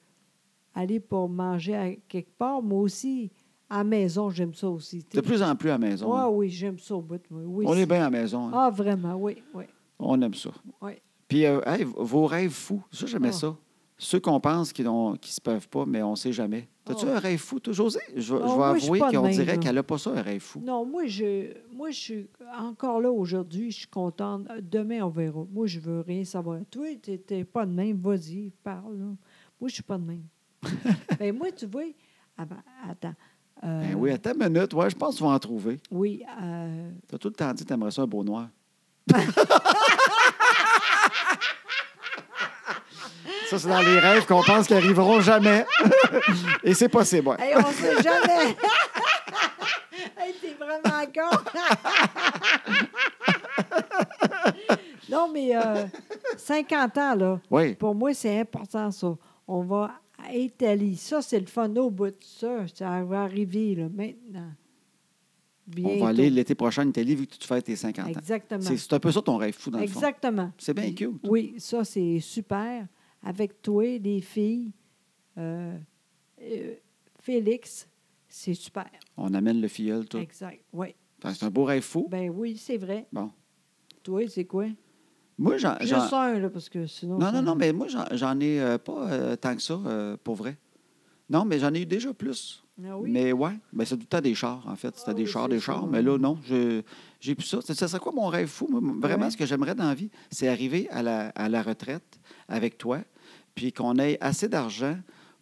aller pour manger à quelque part, mais aussi à la maison, j'aime ça aussi. tu De sais. plus en plus à la maison. Ah hein. oui, j'aime ça au bout. Oui, oui, on c'est- est bien à la maison. hein. Ah, vraiment, oui, oui. On aime ça. Oui. Puis, euh, hey, v- vos rêves fous, ça, j'aimais Ah. ça. Ceux qu'on pense qui ne se peuvent pas, mais on ne sait jamais. T'as-tu Ah. un rêve fou, toi, José? Je, je vais moi, je suis avouer pas de qu'on même, dirait là. qu'elle n'a pas ça, un rêve fou. Non, moi, je, moi, je suis encore là aujourd'hui. Je suis contente. Euh, Demain, on verra. Moi, je veux rien savoir. Toi, tu n'es pas de même. Vas-y, parle. là. Moi, je suis pas de même. Mais moi, tu vois, ah ben, attends. Euh, Ben oui, hein. attends une minute. Ouais, je pense qu'on va en trouver. oui, euh, Tu as tout le temps dit que tu aimerais ça, un beau noir. ça, c'est dans les rêves qu'on pense qu'ils arriveront jamais. Et c'est possible. ouais. hey, on sait jamais. hey, t'es vraiment con. non, mais euh, 50 ans, là. Oui. Pour moi, c'est important, ça. On va à Italie. Ça, c'est le fun au bout de ça. Ça va arriver, là, maintenant. Bientôt. On va aller l'été prochain en Italie vu que tu fais tes 50 ans. Exactement. C'est c'est un peu ça ton rêve fou, dans le fond. Exactement. C'est bien cute. Oui, ça, c'est super. Avec toi, les filles, euh, euh, Félix, c'est super. On amène le filleul, tout. Exact. Oui. Fait que C'est un beau rêve fou. Ben oui, c'est vrai. Bon. Toi, c'est quoi? Moi, j'en. j'en- Juste un, là, parce que sinon. Non, ça- non, non, mais moi, j'en- j'en ai euh, pas euh, tant que ça, euh, pour vrai. Non, mais j'en ai eu déjà plus. Ah oui? Mais ouais, ben, c'est tout le temps des chars, en fait. C'était Ah des oui, chars, c'est des ça. chars. Mais là, non, je- j'ai plus ça. Ça ça serait quoi mon rêve fou? moi? Vraiment, Ouais. ce que j'aimerais dans la vie, c'est arriver à la, à la retraite avec toi, puis qu'on ait assez d'argent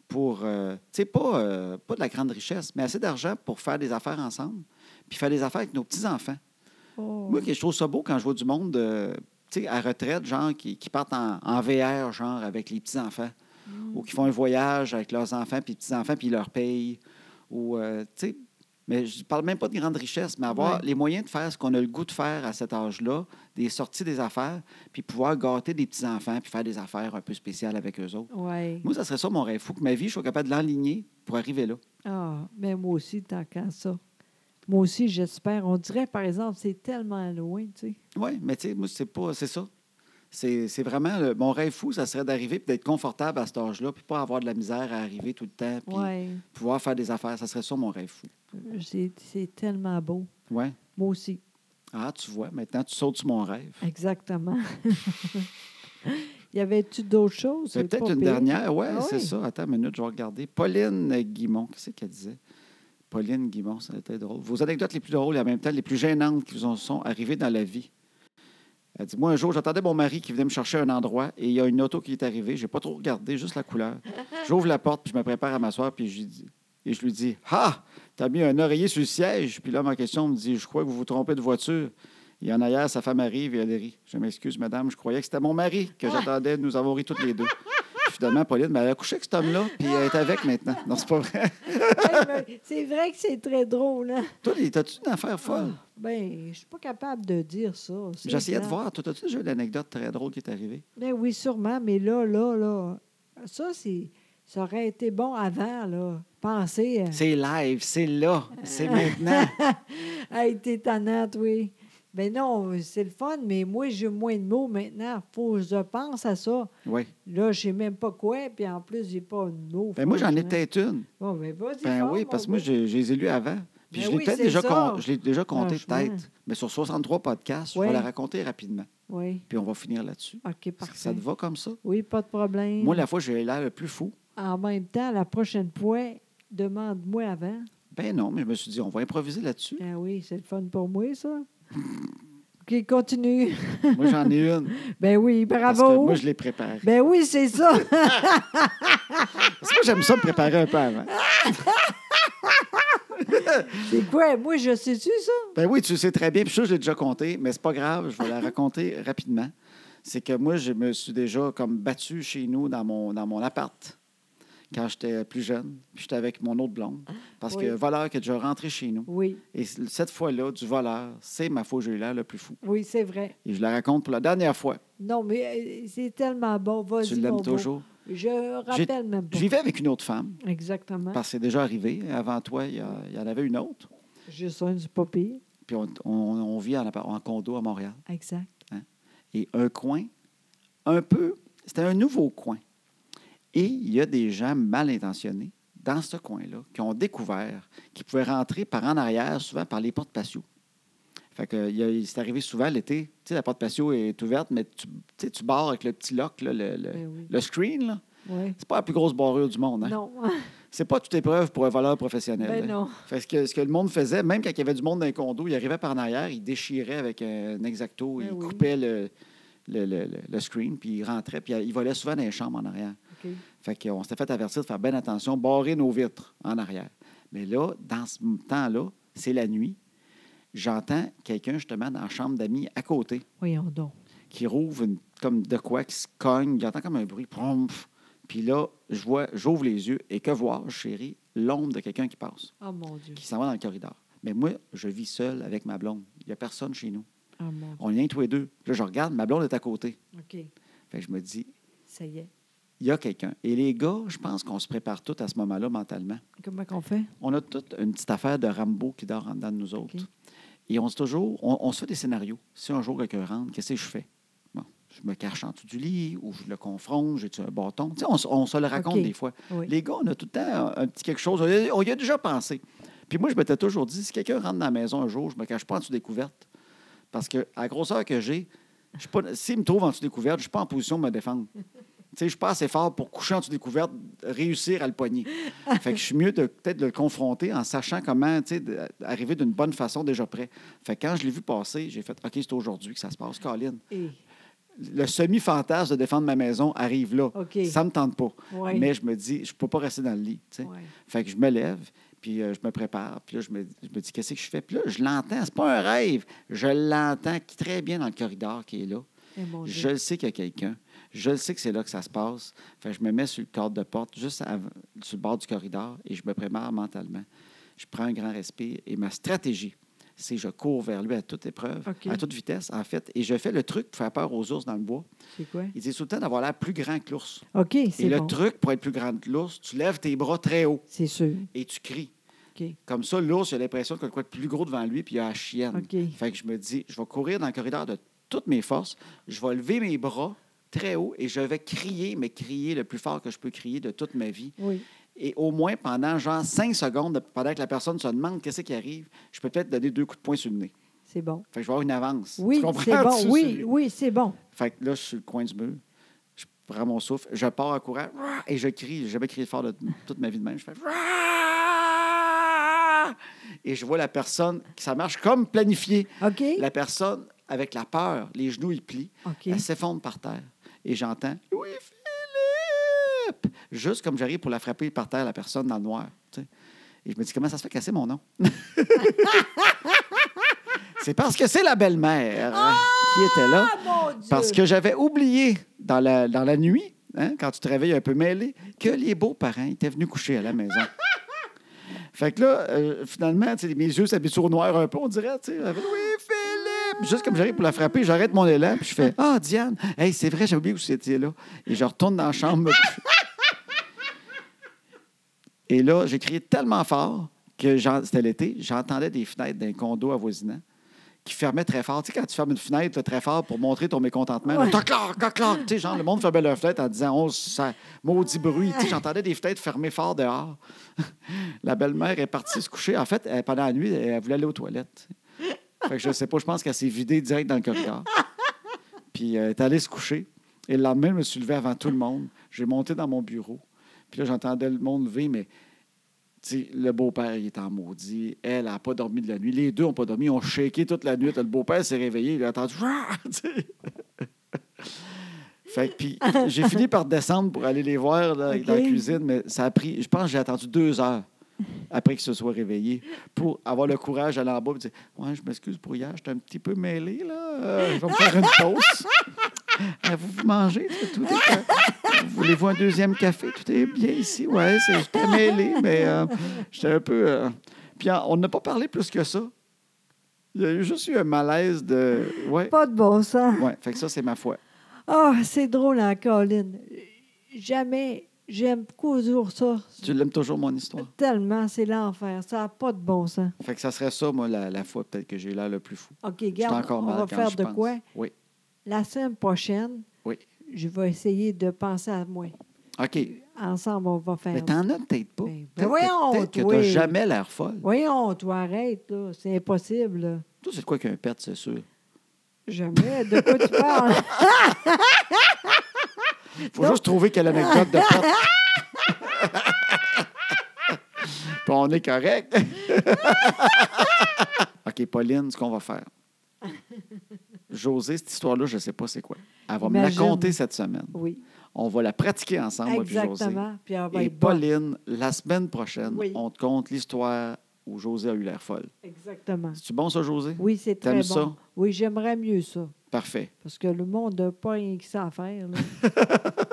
pour, euh, tu sais, pas, euh, pas de la grande richesse, mais assez d'argent pour faire des affaires ensemble, puis faire des affaires avec nos petits-enfants. Oh. Moi, que je trouve ça beau quand je vois du monde euh, tu sais, à retraite, genre, qui, qui partent en, en VR, genre, avec les petits-enfants, ou qui font un voyage avec leurs enfants, puis petits-enfants, puis ils leur payent. Ou, euh, tu sais, mais je parle même pas de grande richesse, mais avoir Ouais. les moyens de faire ce qu'on a le goût de faire à cet âge-là, des sorties des affaires, puis pouvoir gâter des petits-enfants, puis faire des affaires un peu spéciales avec eux autres. Ouais. Moi, ça serait ça mon rêve fou, que ma vie, je sois capable de l'enligner pour arriver là. Ah, mais moi aussi, tant qu'à ça. Moi aussi, j'espère. On dirait, par exemple, c'est tellement loin, tu sais. Oui, mais tu sais, moi, c'est pas. C'est ça. C'est c'est vraiment. le- mon rêve fou, ça serait d'arriver et d'être confortable à cet âge-là, puis pas avoir de la misère à arriver tout le temps, puis Oui, pouvoir faire des affaires. Ça serait ça, mon rêve fou. c'est c'est tellement beau. Oui. Moi aussi, Ah, tu vois, maintenant, tu sautes sur mon rêve. exactement. y avait-tu d'autres choses? C'est peut-être pas une pire. dernière. Ouais, Ah c'est oui. ça. Attends une minute, je vais regarder. Pauline Guimont, qu'est-ce qu'elle disait? Pauline Guimont, ça était drôle. Vos anecdotes les plus drôles et en même temps les plus gênantes qui vous en sont arrivées dans la vie. Elle dit Moi, un jour, j'attendais mon mari qui venait me chercher à un endroit et il y a une auto qui est arrivée. J'ai pas trop regardé, juste la couleur. J'ouvre la porte, puis je me prépare à m'asseoir, puis je lui dis. Et je lui dis Ah, t'as mis un oreiller sur le siège. Puis là, ma question me dit Je crois que vous vous trompez de voiture. Et en arrière, sa femme arrive et elle rit. Je m'excuse, madame, je croyais que c'était mon mari Ah! que j'attendais. Nous avons ri toutes les deux. Puis finalement, Pauline, ben, elle a couché avec cet homme-là, puis elle est avec maintenant. Non, c'est pas vrai. Hey, mais c'est vrai que c'est très drôle, hein? Toi, t'as-tu une affaire folle? Ah, ben, je suis pas capable de dire ça. c'est J'essayais de plate. voir. Toi, t'as-tu déjà une anecdote très drôle qui est arrivée? Ben oui, sûrement, mais là, là, là, ça, c'est... Ça aurait été bon avant, là. euh, Penser à... C'est live, c'est là, c'est maintenant. Hey, t'es tannante, oui. Ben non, c'est le fun, mais moi, j'ai moins de mots maintenant. Faut que je pense à ça. Oui. Là, je sais même pas quoi, puis en plus, j'ai pas de mots. Ben, moi, j'en ai franchement. peut-être une. Bon, ben vas-y. Ben fort, oui, mon parce que moi, gars. j'ai- je les ai lus avant. Puis Ben je l'ai oui, peut-être c'est déjà, ça. con- je l'ai déjà compté, Franchement. peut-être. Mais sur 63 podcasts, je Ouais. vais la raconter rapidement. Oui, Puis on va finir là-dessus. OK, Est-ce que parfait. Ça te va comme ça? Oui, pas de problème. Moi, la fois, j'ai l'air le plus fou. En même temps, la prochaine fois, demande-moi avant. Ben non, mais je me suis dit, on va improviser là-dessus. Ben oui, c'est le fun pour moi, ça. OK, continue. moi, j'en ai une. Ben oui, Parce que bravo. moi, je l'ai préparée. Ben oui, c'est ça. Parce que moi, j'aime ça me préparer un peu avant. C'est quoi? Moi, je sais-tu ça? Ben oui, tu le sais très bien. Puis ça, je l'ai déjà compté, mais c'est pas grave. Je vais la raconter rapidement. C'est que moi, je me suis déjà comme battu chez nous dans mon, dans mon appart quand j'étais plus jeune. Puis j'étais avec mon autre blonde. Parce Oui. que voleur qui est déjà rentré chez nous. Oui, Et cette fois-là, du voleur, c'est ma faux, j'ai eu l'air le plus fou. oui, c'est vrai. Et je la raconte pour la dernière fois. Non, mais euh, c'est tellement bon. Vas-y, Tu mon l'aimes beau. toujours. Je rappelle même pas. Je vivais avec une autre femme, Exactement. parce que c'est déjà arrivé. Avant toi, il y, a- il y en avait une autre. Juste un du pas pire. Puis on, on- on vit en, appart- en condo à Montréal. Exact. Et un coin, un peu, c'était un nouveau coin. Et il y a des gens mal intentionnés dans ce coin-là qui ont découvert qu'ils pouvaient rentrer par en arrière, souvent par les portes patio. Fait que il y a- il- c'est arrivé souvent l'été, tu sais, la porte patio est ouverte, mais tu, tu sais, tu barres avec le petit lock, là, le, le- Ben oui. le screen, là. Ouais. C'est pas la plus grosse barrure du monde, hein? Non. C'est pas toute épreuve pour un voleur professionnel. ben hein. non. Fait que ce que- ce que le monde faisait, même quand il y avait du monde dans les condos, il arrivait par en arrière, il déchirait avec un exacto, Ben il oui. coupait le, le, le- le- le screen, puis il rentrait, puis il volait souvent dans les chambres en arrière. OK. Fait qu'on s'était fait avertir de faire bien attention, barrer nos vitres en arrière. Mais là, dans ce temps-là, c'est la nuit, j'entends quelqu'un justement dans la chambre d'amis à côté Voyons donc. qui rouvre une- comme de quoi, qui se cogne, j'entends comme un bruit, prompt. Puis là, je vois, j'ouvre les yeux et que voir, chérie, l'ombre de quelqu'un qui passe Oh mon Dieu. qui s'en va dans le corridor. Mais moi, je vis seul avec ma blonde. Il n'y a personne chez nous. Oh mon Dieu. On est un tous les deux. Là, je regarde, ma blonde est à côté. OK. Fait que je me dis, Ça y est. il y a quelqu'un. Et les gars, je pense qu'on se prépare tous à ce moment-là mentalement. Comment qu'on fait? On a toute une petite affaire de Rambo qui dort en dedans de nous autres. OK. Et on se toujours, on, on se fait des scénarios. Si un jour quelqu'un rentre, qu'est-ce que je fais? Bon, je me cache en dessous du lit ou je le confronte, j'ai-tu un bâton? Tu sais, on, se- on se le raconte OK. des fois. Oui. Les gars, on a tout le temps un, un petit quelque chose. On y, a, on y a déjà pensé. Puis moi, je m'étais toujours dit, si quelqu'un rentre dans la maison un jour, je ne me cache pas en dessous des couvertes. Parce que, à la grosseur que j'ai, je suis pas- s'il me trouve en dessous des couvertes, je ne suis pas en position de me défendre. Tu sais, je ne suis pas assez fort pour coucher en dessous des couvertes, réussir à le pogner. Fait que je suis mieux de peut-être de le confronter en sachant comment tu sais, d- arriver d'une bonne façon déjà prêt. Fait que quand je l'ai vu passer, j'ai fait OK, c'est aujourd'hui que ça se passe, Colin. Et- Le semi-fantasme de défendre ma maison arrive là. OK. Ça ne me tente pas. Ouais. Mais je me dis, je ne peux pas rester dans le lit. tu sais. Ouais. Fait que je me lève, puis euh, je me prépare, puis là, je me, je me dis, qu'est-ce que je fais? Puis là, je l'entends, c'est pas un rêve. Je l'entends qui- très bien dans le corridor qui est là. Eh, mon Dieu. Je le sais qu'il y a quelqu'un. Je le sais que c'est là que ça se passe. Fait que je me mets sur le cadre de porte, juste av- sur le bord du corridor, et je me prépare mentalement. Je prends un grand respire, et ma stratégie, c'est je cours vers lui à toute épreuve, OK. à toute vitesse, en fait, et je fais le truc pour faire peur aux ours dans le bois. C'est quoi? Ils disent tout le temps d'avoir l'air plus grand que l'ours. OK, Et c'est le bon. truc pour être plus grand que l'ours, tu lèves tes bras très haut C'est sûr. et tu cries. OK. Comme ça, l'ours, il a l'impression qu'il y a quoi de plus gros devant lui, puis il a la chienne. OK. Fait que je me dis, je vais courir dans le corridor de toutes mes forces, je vais lever mes bras très haut et je vais crier, mais crier le plus fort que je peux crier de toute ma vie. Oui. Et au moins pendant genre cinq secondes, pendant que la personne se demande qu'est-ce qui arrive, je peux peut-être donner deux coups de poing sur le nez. C'est bon. Fait que je vais avoir une avance. Oui, Tu comprends? c'est Tu- bon. Oui, tu- oui, c'est bon. Fait que là, je suis sur le coin du mur. Je prends mon souffle, je pars en courant rah, et je crie. J'ai jamais crié fort de toute ma vie de même. Je fais rah, et je vois la personne, que ça marche comme planifié. OK? La personne avec la peur, les genoux ils plient, OK. elle s'effondre par terre et j'entends Louis Philippe, juste comme j'arrive pour la frapper par terre la personne dans le noir. tu sais. Et je me dis comment ça se fait casser mon nom C'est parce que c'est la belle-mère hein, qui était là. Ah, mon Dieu! Parce que j'avais oublié dans la, dans la nuit, hein, quand tu te réveilles un peu mêlé, que les beaux-parents étaient venus coucher à la maison. fait que là, euh, finalement, tu sais, mes yeux s'habituent au noir un peu, on dirait. tu sais, avec, oui, Philippe! Juste comme j'arrive pour la frapper, j'arrête mon élan, puis je fais Ah, Diane, hey, c'est vrai, j'ai oublié où c'était là. Et je retourne dans la chambre. me coucher. Et là, j'ai crié tellement fort que j'en- c'était l'été, j'entendais des fenêtres d'un condo avoisinant qui fermaient très fort. Tu sais, quand tu fermes une fenêtre là, très fort pour montrer ton mécontentement, là, Toc, clac, clac, clac. tu sais, genre, le monde fermait leur fenêtre en disant, oh, ça, maudit bruit. Tu sais, j'entendais des fenêtres fermées fort dehors. la belle-mère est partie se coucher. En fait, elle- pendant la nuit, elle, elle voulait aller aux toilettes. Fait que je sais pas, je pense qu'elle s'est vidée direct dans le corridor. Puis euh, elle est allée se coucher. Et le lendemain, je me suis levé avant tout le monde. J'ai monté dans mon bureau. Puis là, j'entendais le monde lever, mais tu sais, le beau-père, il est en maudit. Elle n'a pas dormi de la nuit. Les deux n'ont pas dormi. Ils ont shaké toute la nuit. Le beau-père s'est réveillé. Il a entendu. Rah! Tu sais. fait que, puis j'ai fini par descendre pour aller les voir là, OK. dans la cuisine, mais ça a pris. Je pense que j'ai attendu deux heures après qu'il se soit réveillé, pour avoir le courage d'aller en bas et dire Ouais, je m'excuse pour hier, j'étais un petit peu mêlé, là. Euh, je vais me faire une pause. Euh, vous, vous mangez, tu sais, tout est. euh, Voulez-vous un deuxième café Tout est bien ici. Ouais, c'est- j'étais mêlé, mais euh, j'étais un peu. euh, Puis en- on n'a pas parlé plus que ça. Il y a eu juste eu un malaise de. Ouais. Pas de bon sens. Ouais, fait que ça, c'est ma foi. Ah, c'est drôle, hein, Colin. Jamais, j'aime toujours ça. Tu l'aimes toujours, mon histoire. Tellement, c'est l'enfer. Ça n'a pas de bon sens. Fait que ça serait ça, moi, la, la foi, peut-être que j'ai l'air le plus fou. OK, Je suis garde, encore on mal va quand faire je de pense. quoi? Oui. La semaine prochaine, Oui. je vais essayer de penser à moi. OK. Ensemble, on va faire. Mais t'en as peut-être pas. Ben, ben Peut-être- voyons, Peut-être que toi. t'as jamais l'air folle. Voyons, toi, arrête, là. C'est impossible, là. Toi, c'est de quoi qu'un perte, c'est sûr. Jamais. De quoi tu parles? Faut juste trouver quelle anecdote de perte. Puis on est correct. OK, Pauline, ce qu'on va faire. José, cette histoire-là, je ne sais pas c'est quoi. Elle va Imagine. me la conter cette semaine. Oui, On va la pratiquer ensemble, moi puis José. exactement. Puis on va Et être bon. Pauline, la semaine prochaine, Oui. on te conte l'histoire où José a eu l'air folle. Exactement. C'est-tu bon, ça, José? Oui, c'est très bon. T'aimes ça? Oui, j'aimerais mieux ça. Parfait. Parce que le monde n'a pas rien que ça à faire. là.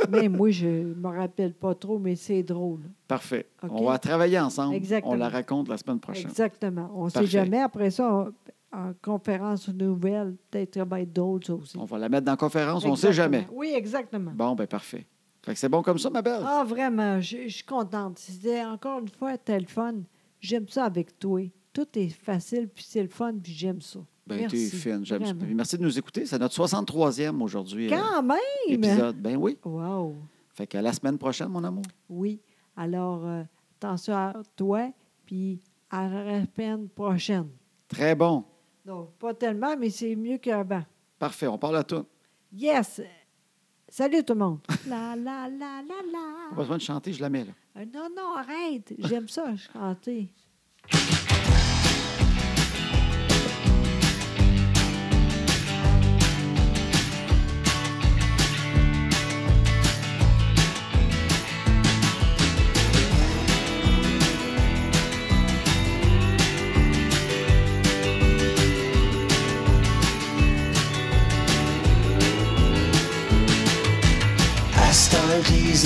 Même moi, je ne me rappelle pas trop, mais c'est drôle. Parfait. OK. On va travailler ensemble. Exactement. On la raconte la semaine prochaine. Exactement. On ne sait Parfait. jamais. Après ça, on- en conférence nouvelle, peut-être ça va être drôle, ça aussi. On va la mettre dans la conférence. On ne sait Exactement. jamais. Oui, exactement. Bon, ben parfait. Fait que c'est bon comme ça, ma belle. Ah, vraiment, je je suis contente. C'était encore une fois tel fun. J'aime ça avec toi. Tout est facile, puis c'est le fun, puis j'aime ça. ben, t'es merci. fine. J'aime ça. Vraiment. Puis Merci de nous écouter. C'est notre 63e aujourd'hui. euh, Quand même! épisode. Ben oui. Wow! Fait que à la semaine prochaine, mon amour. Oui. Alors, euh, attention à toi, puis à la semaine prochaine. Très bon. Non, pas tellement, mais c'est mieux qu'avant. Parfait. On parle à tout. Yes! Salut tout le monde! la, la, la, la, Pas la! besoin de chanter, je la mets là. Euh, Non, non, arrête! J'aime ça, je chantais. À ce temps que les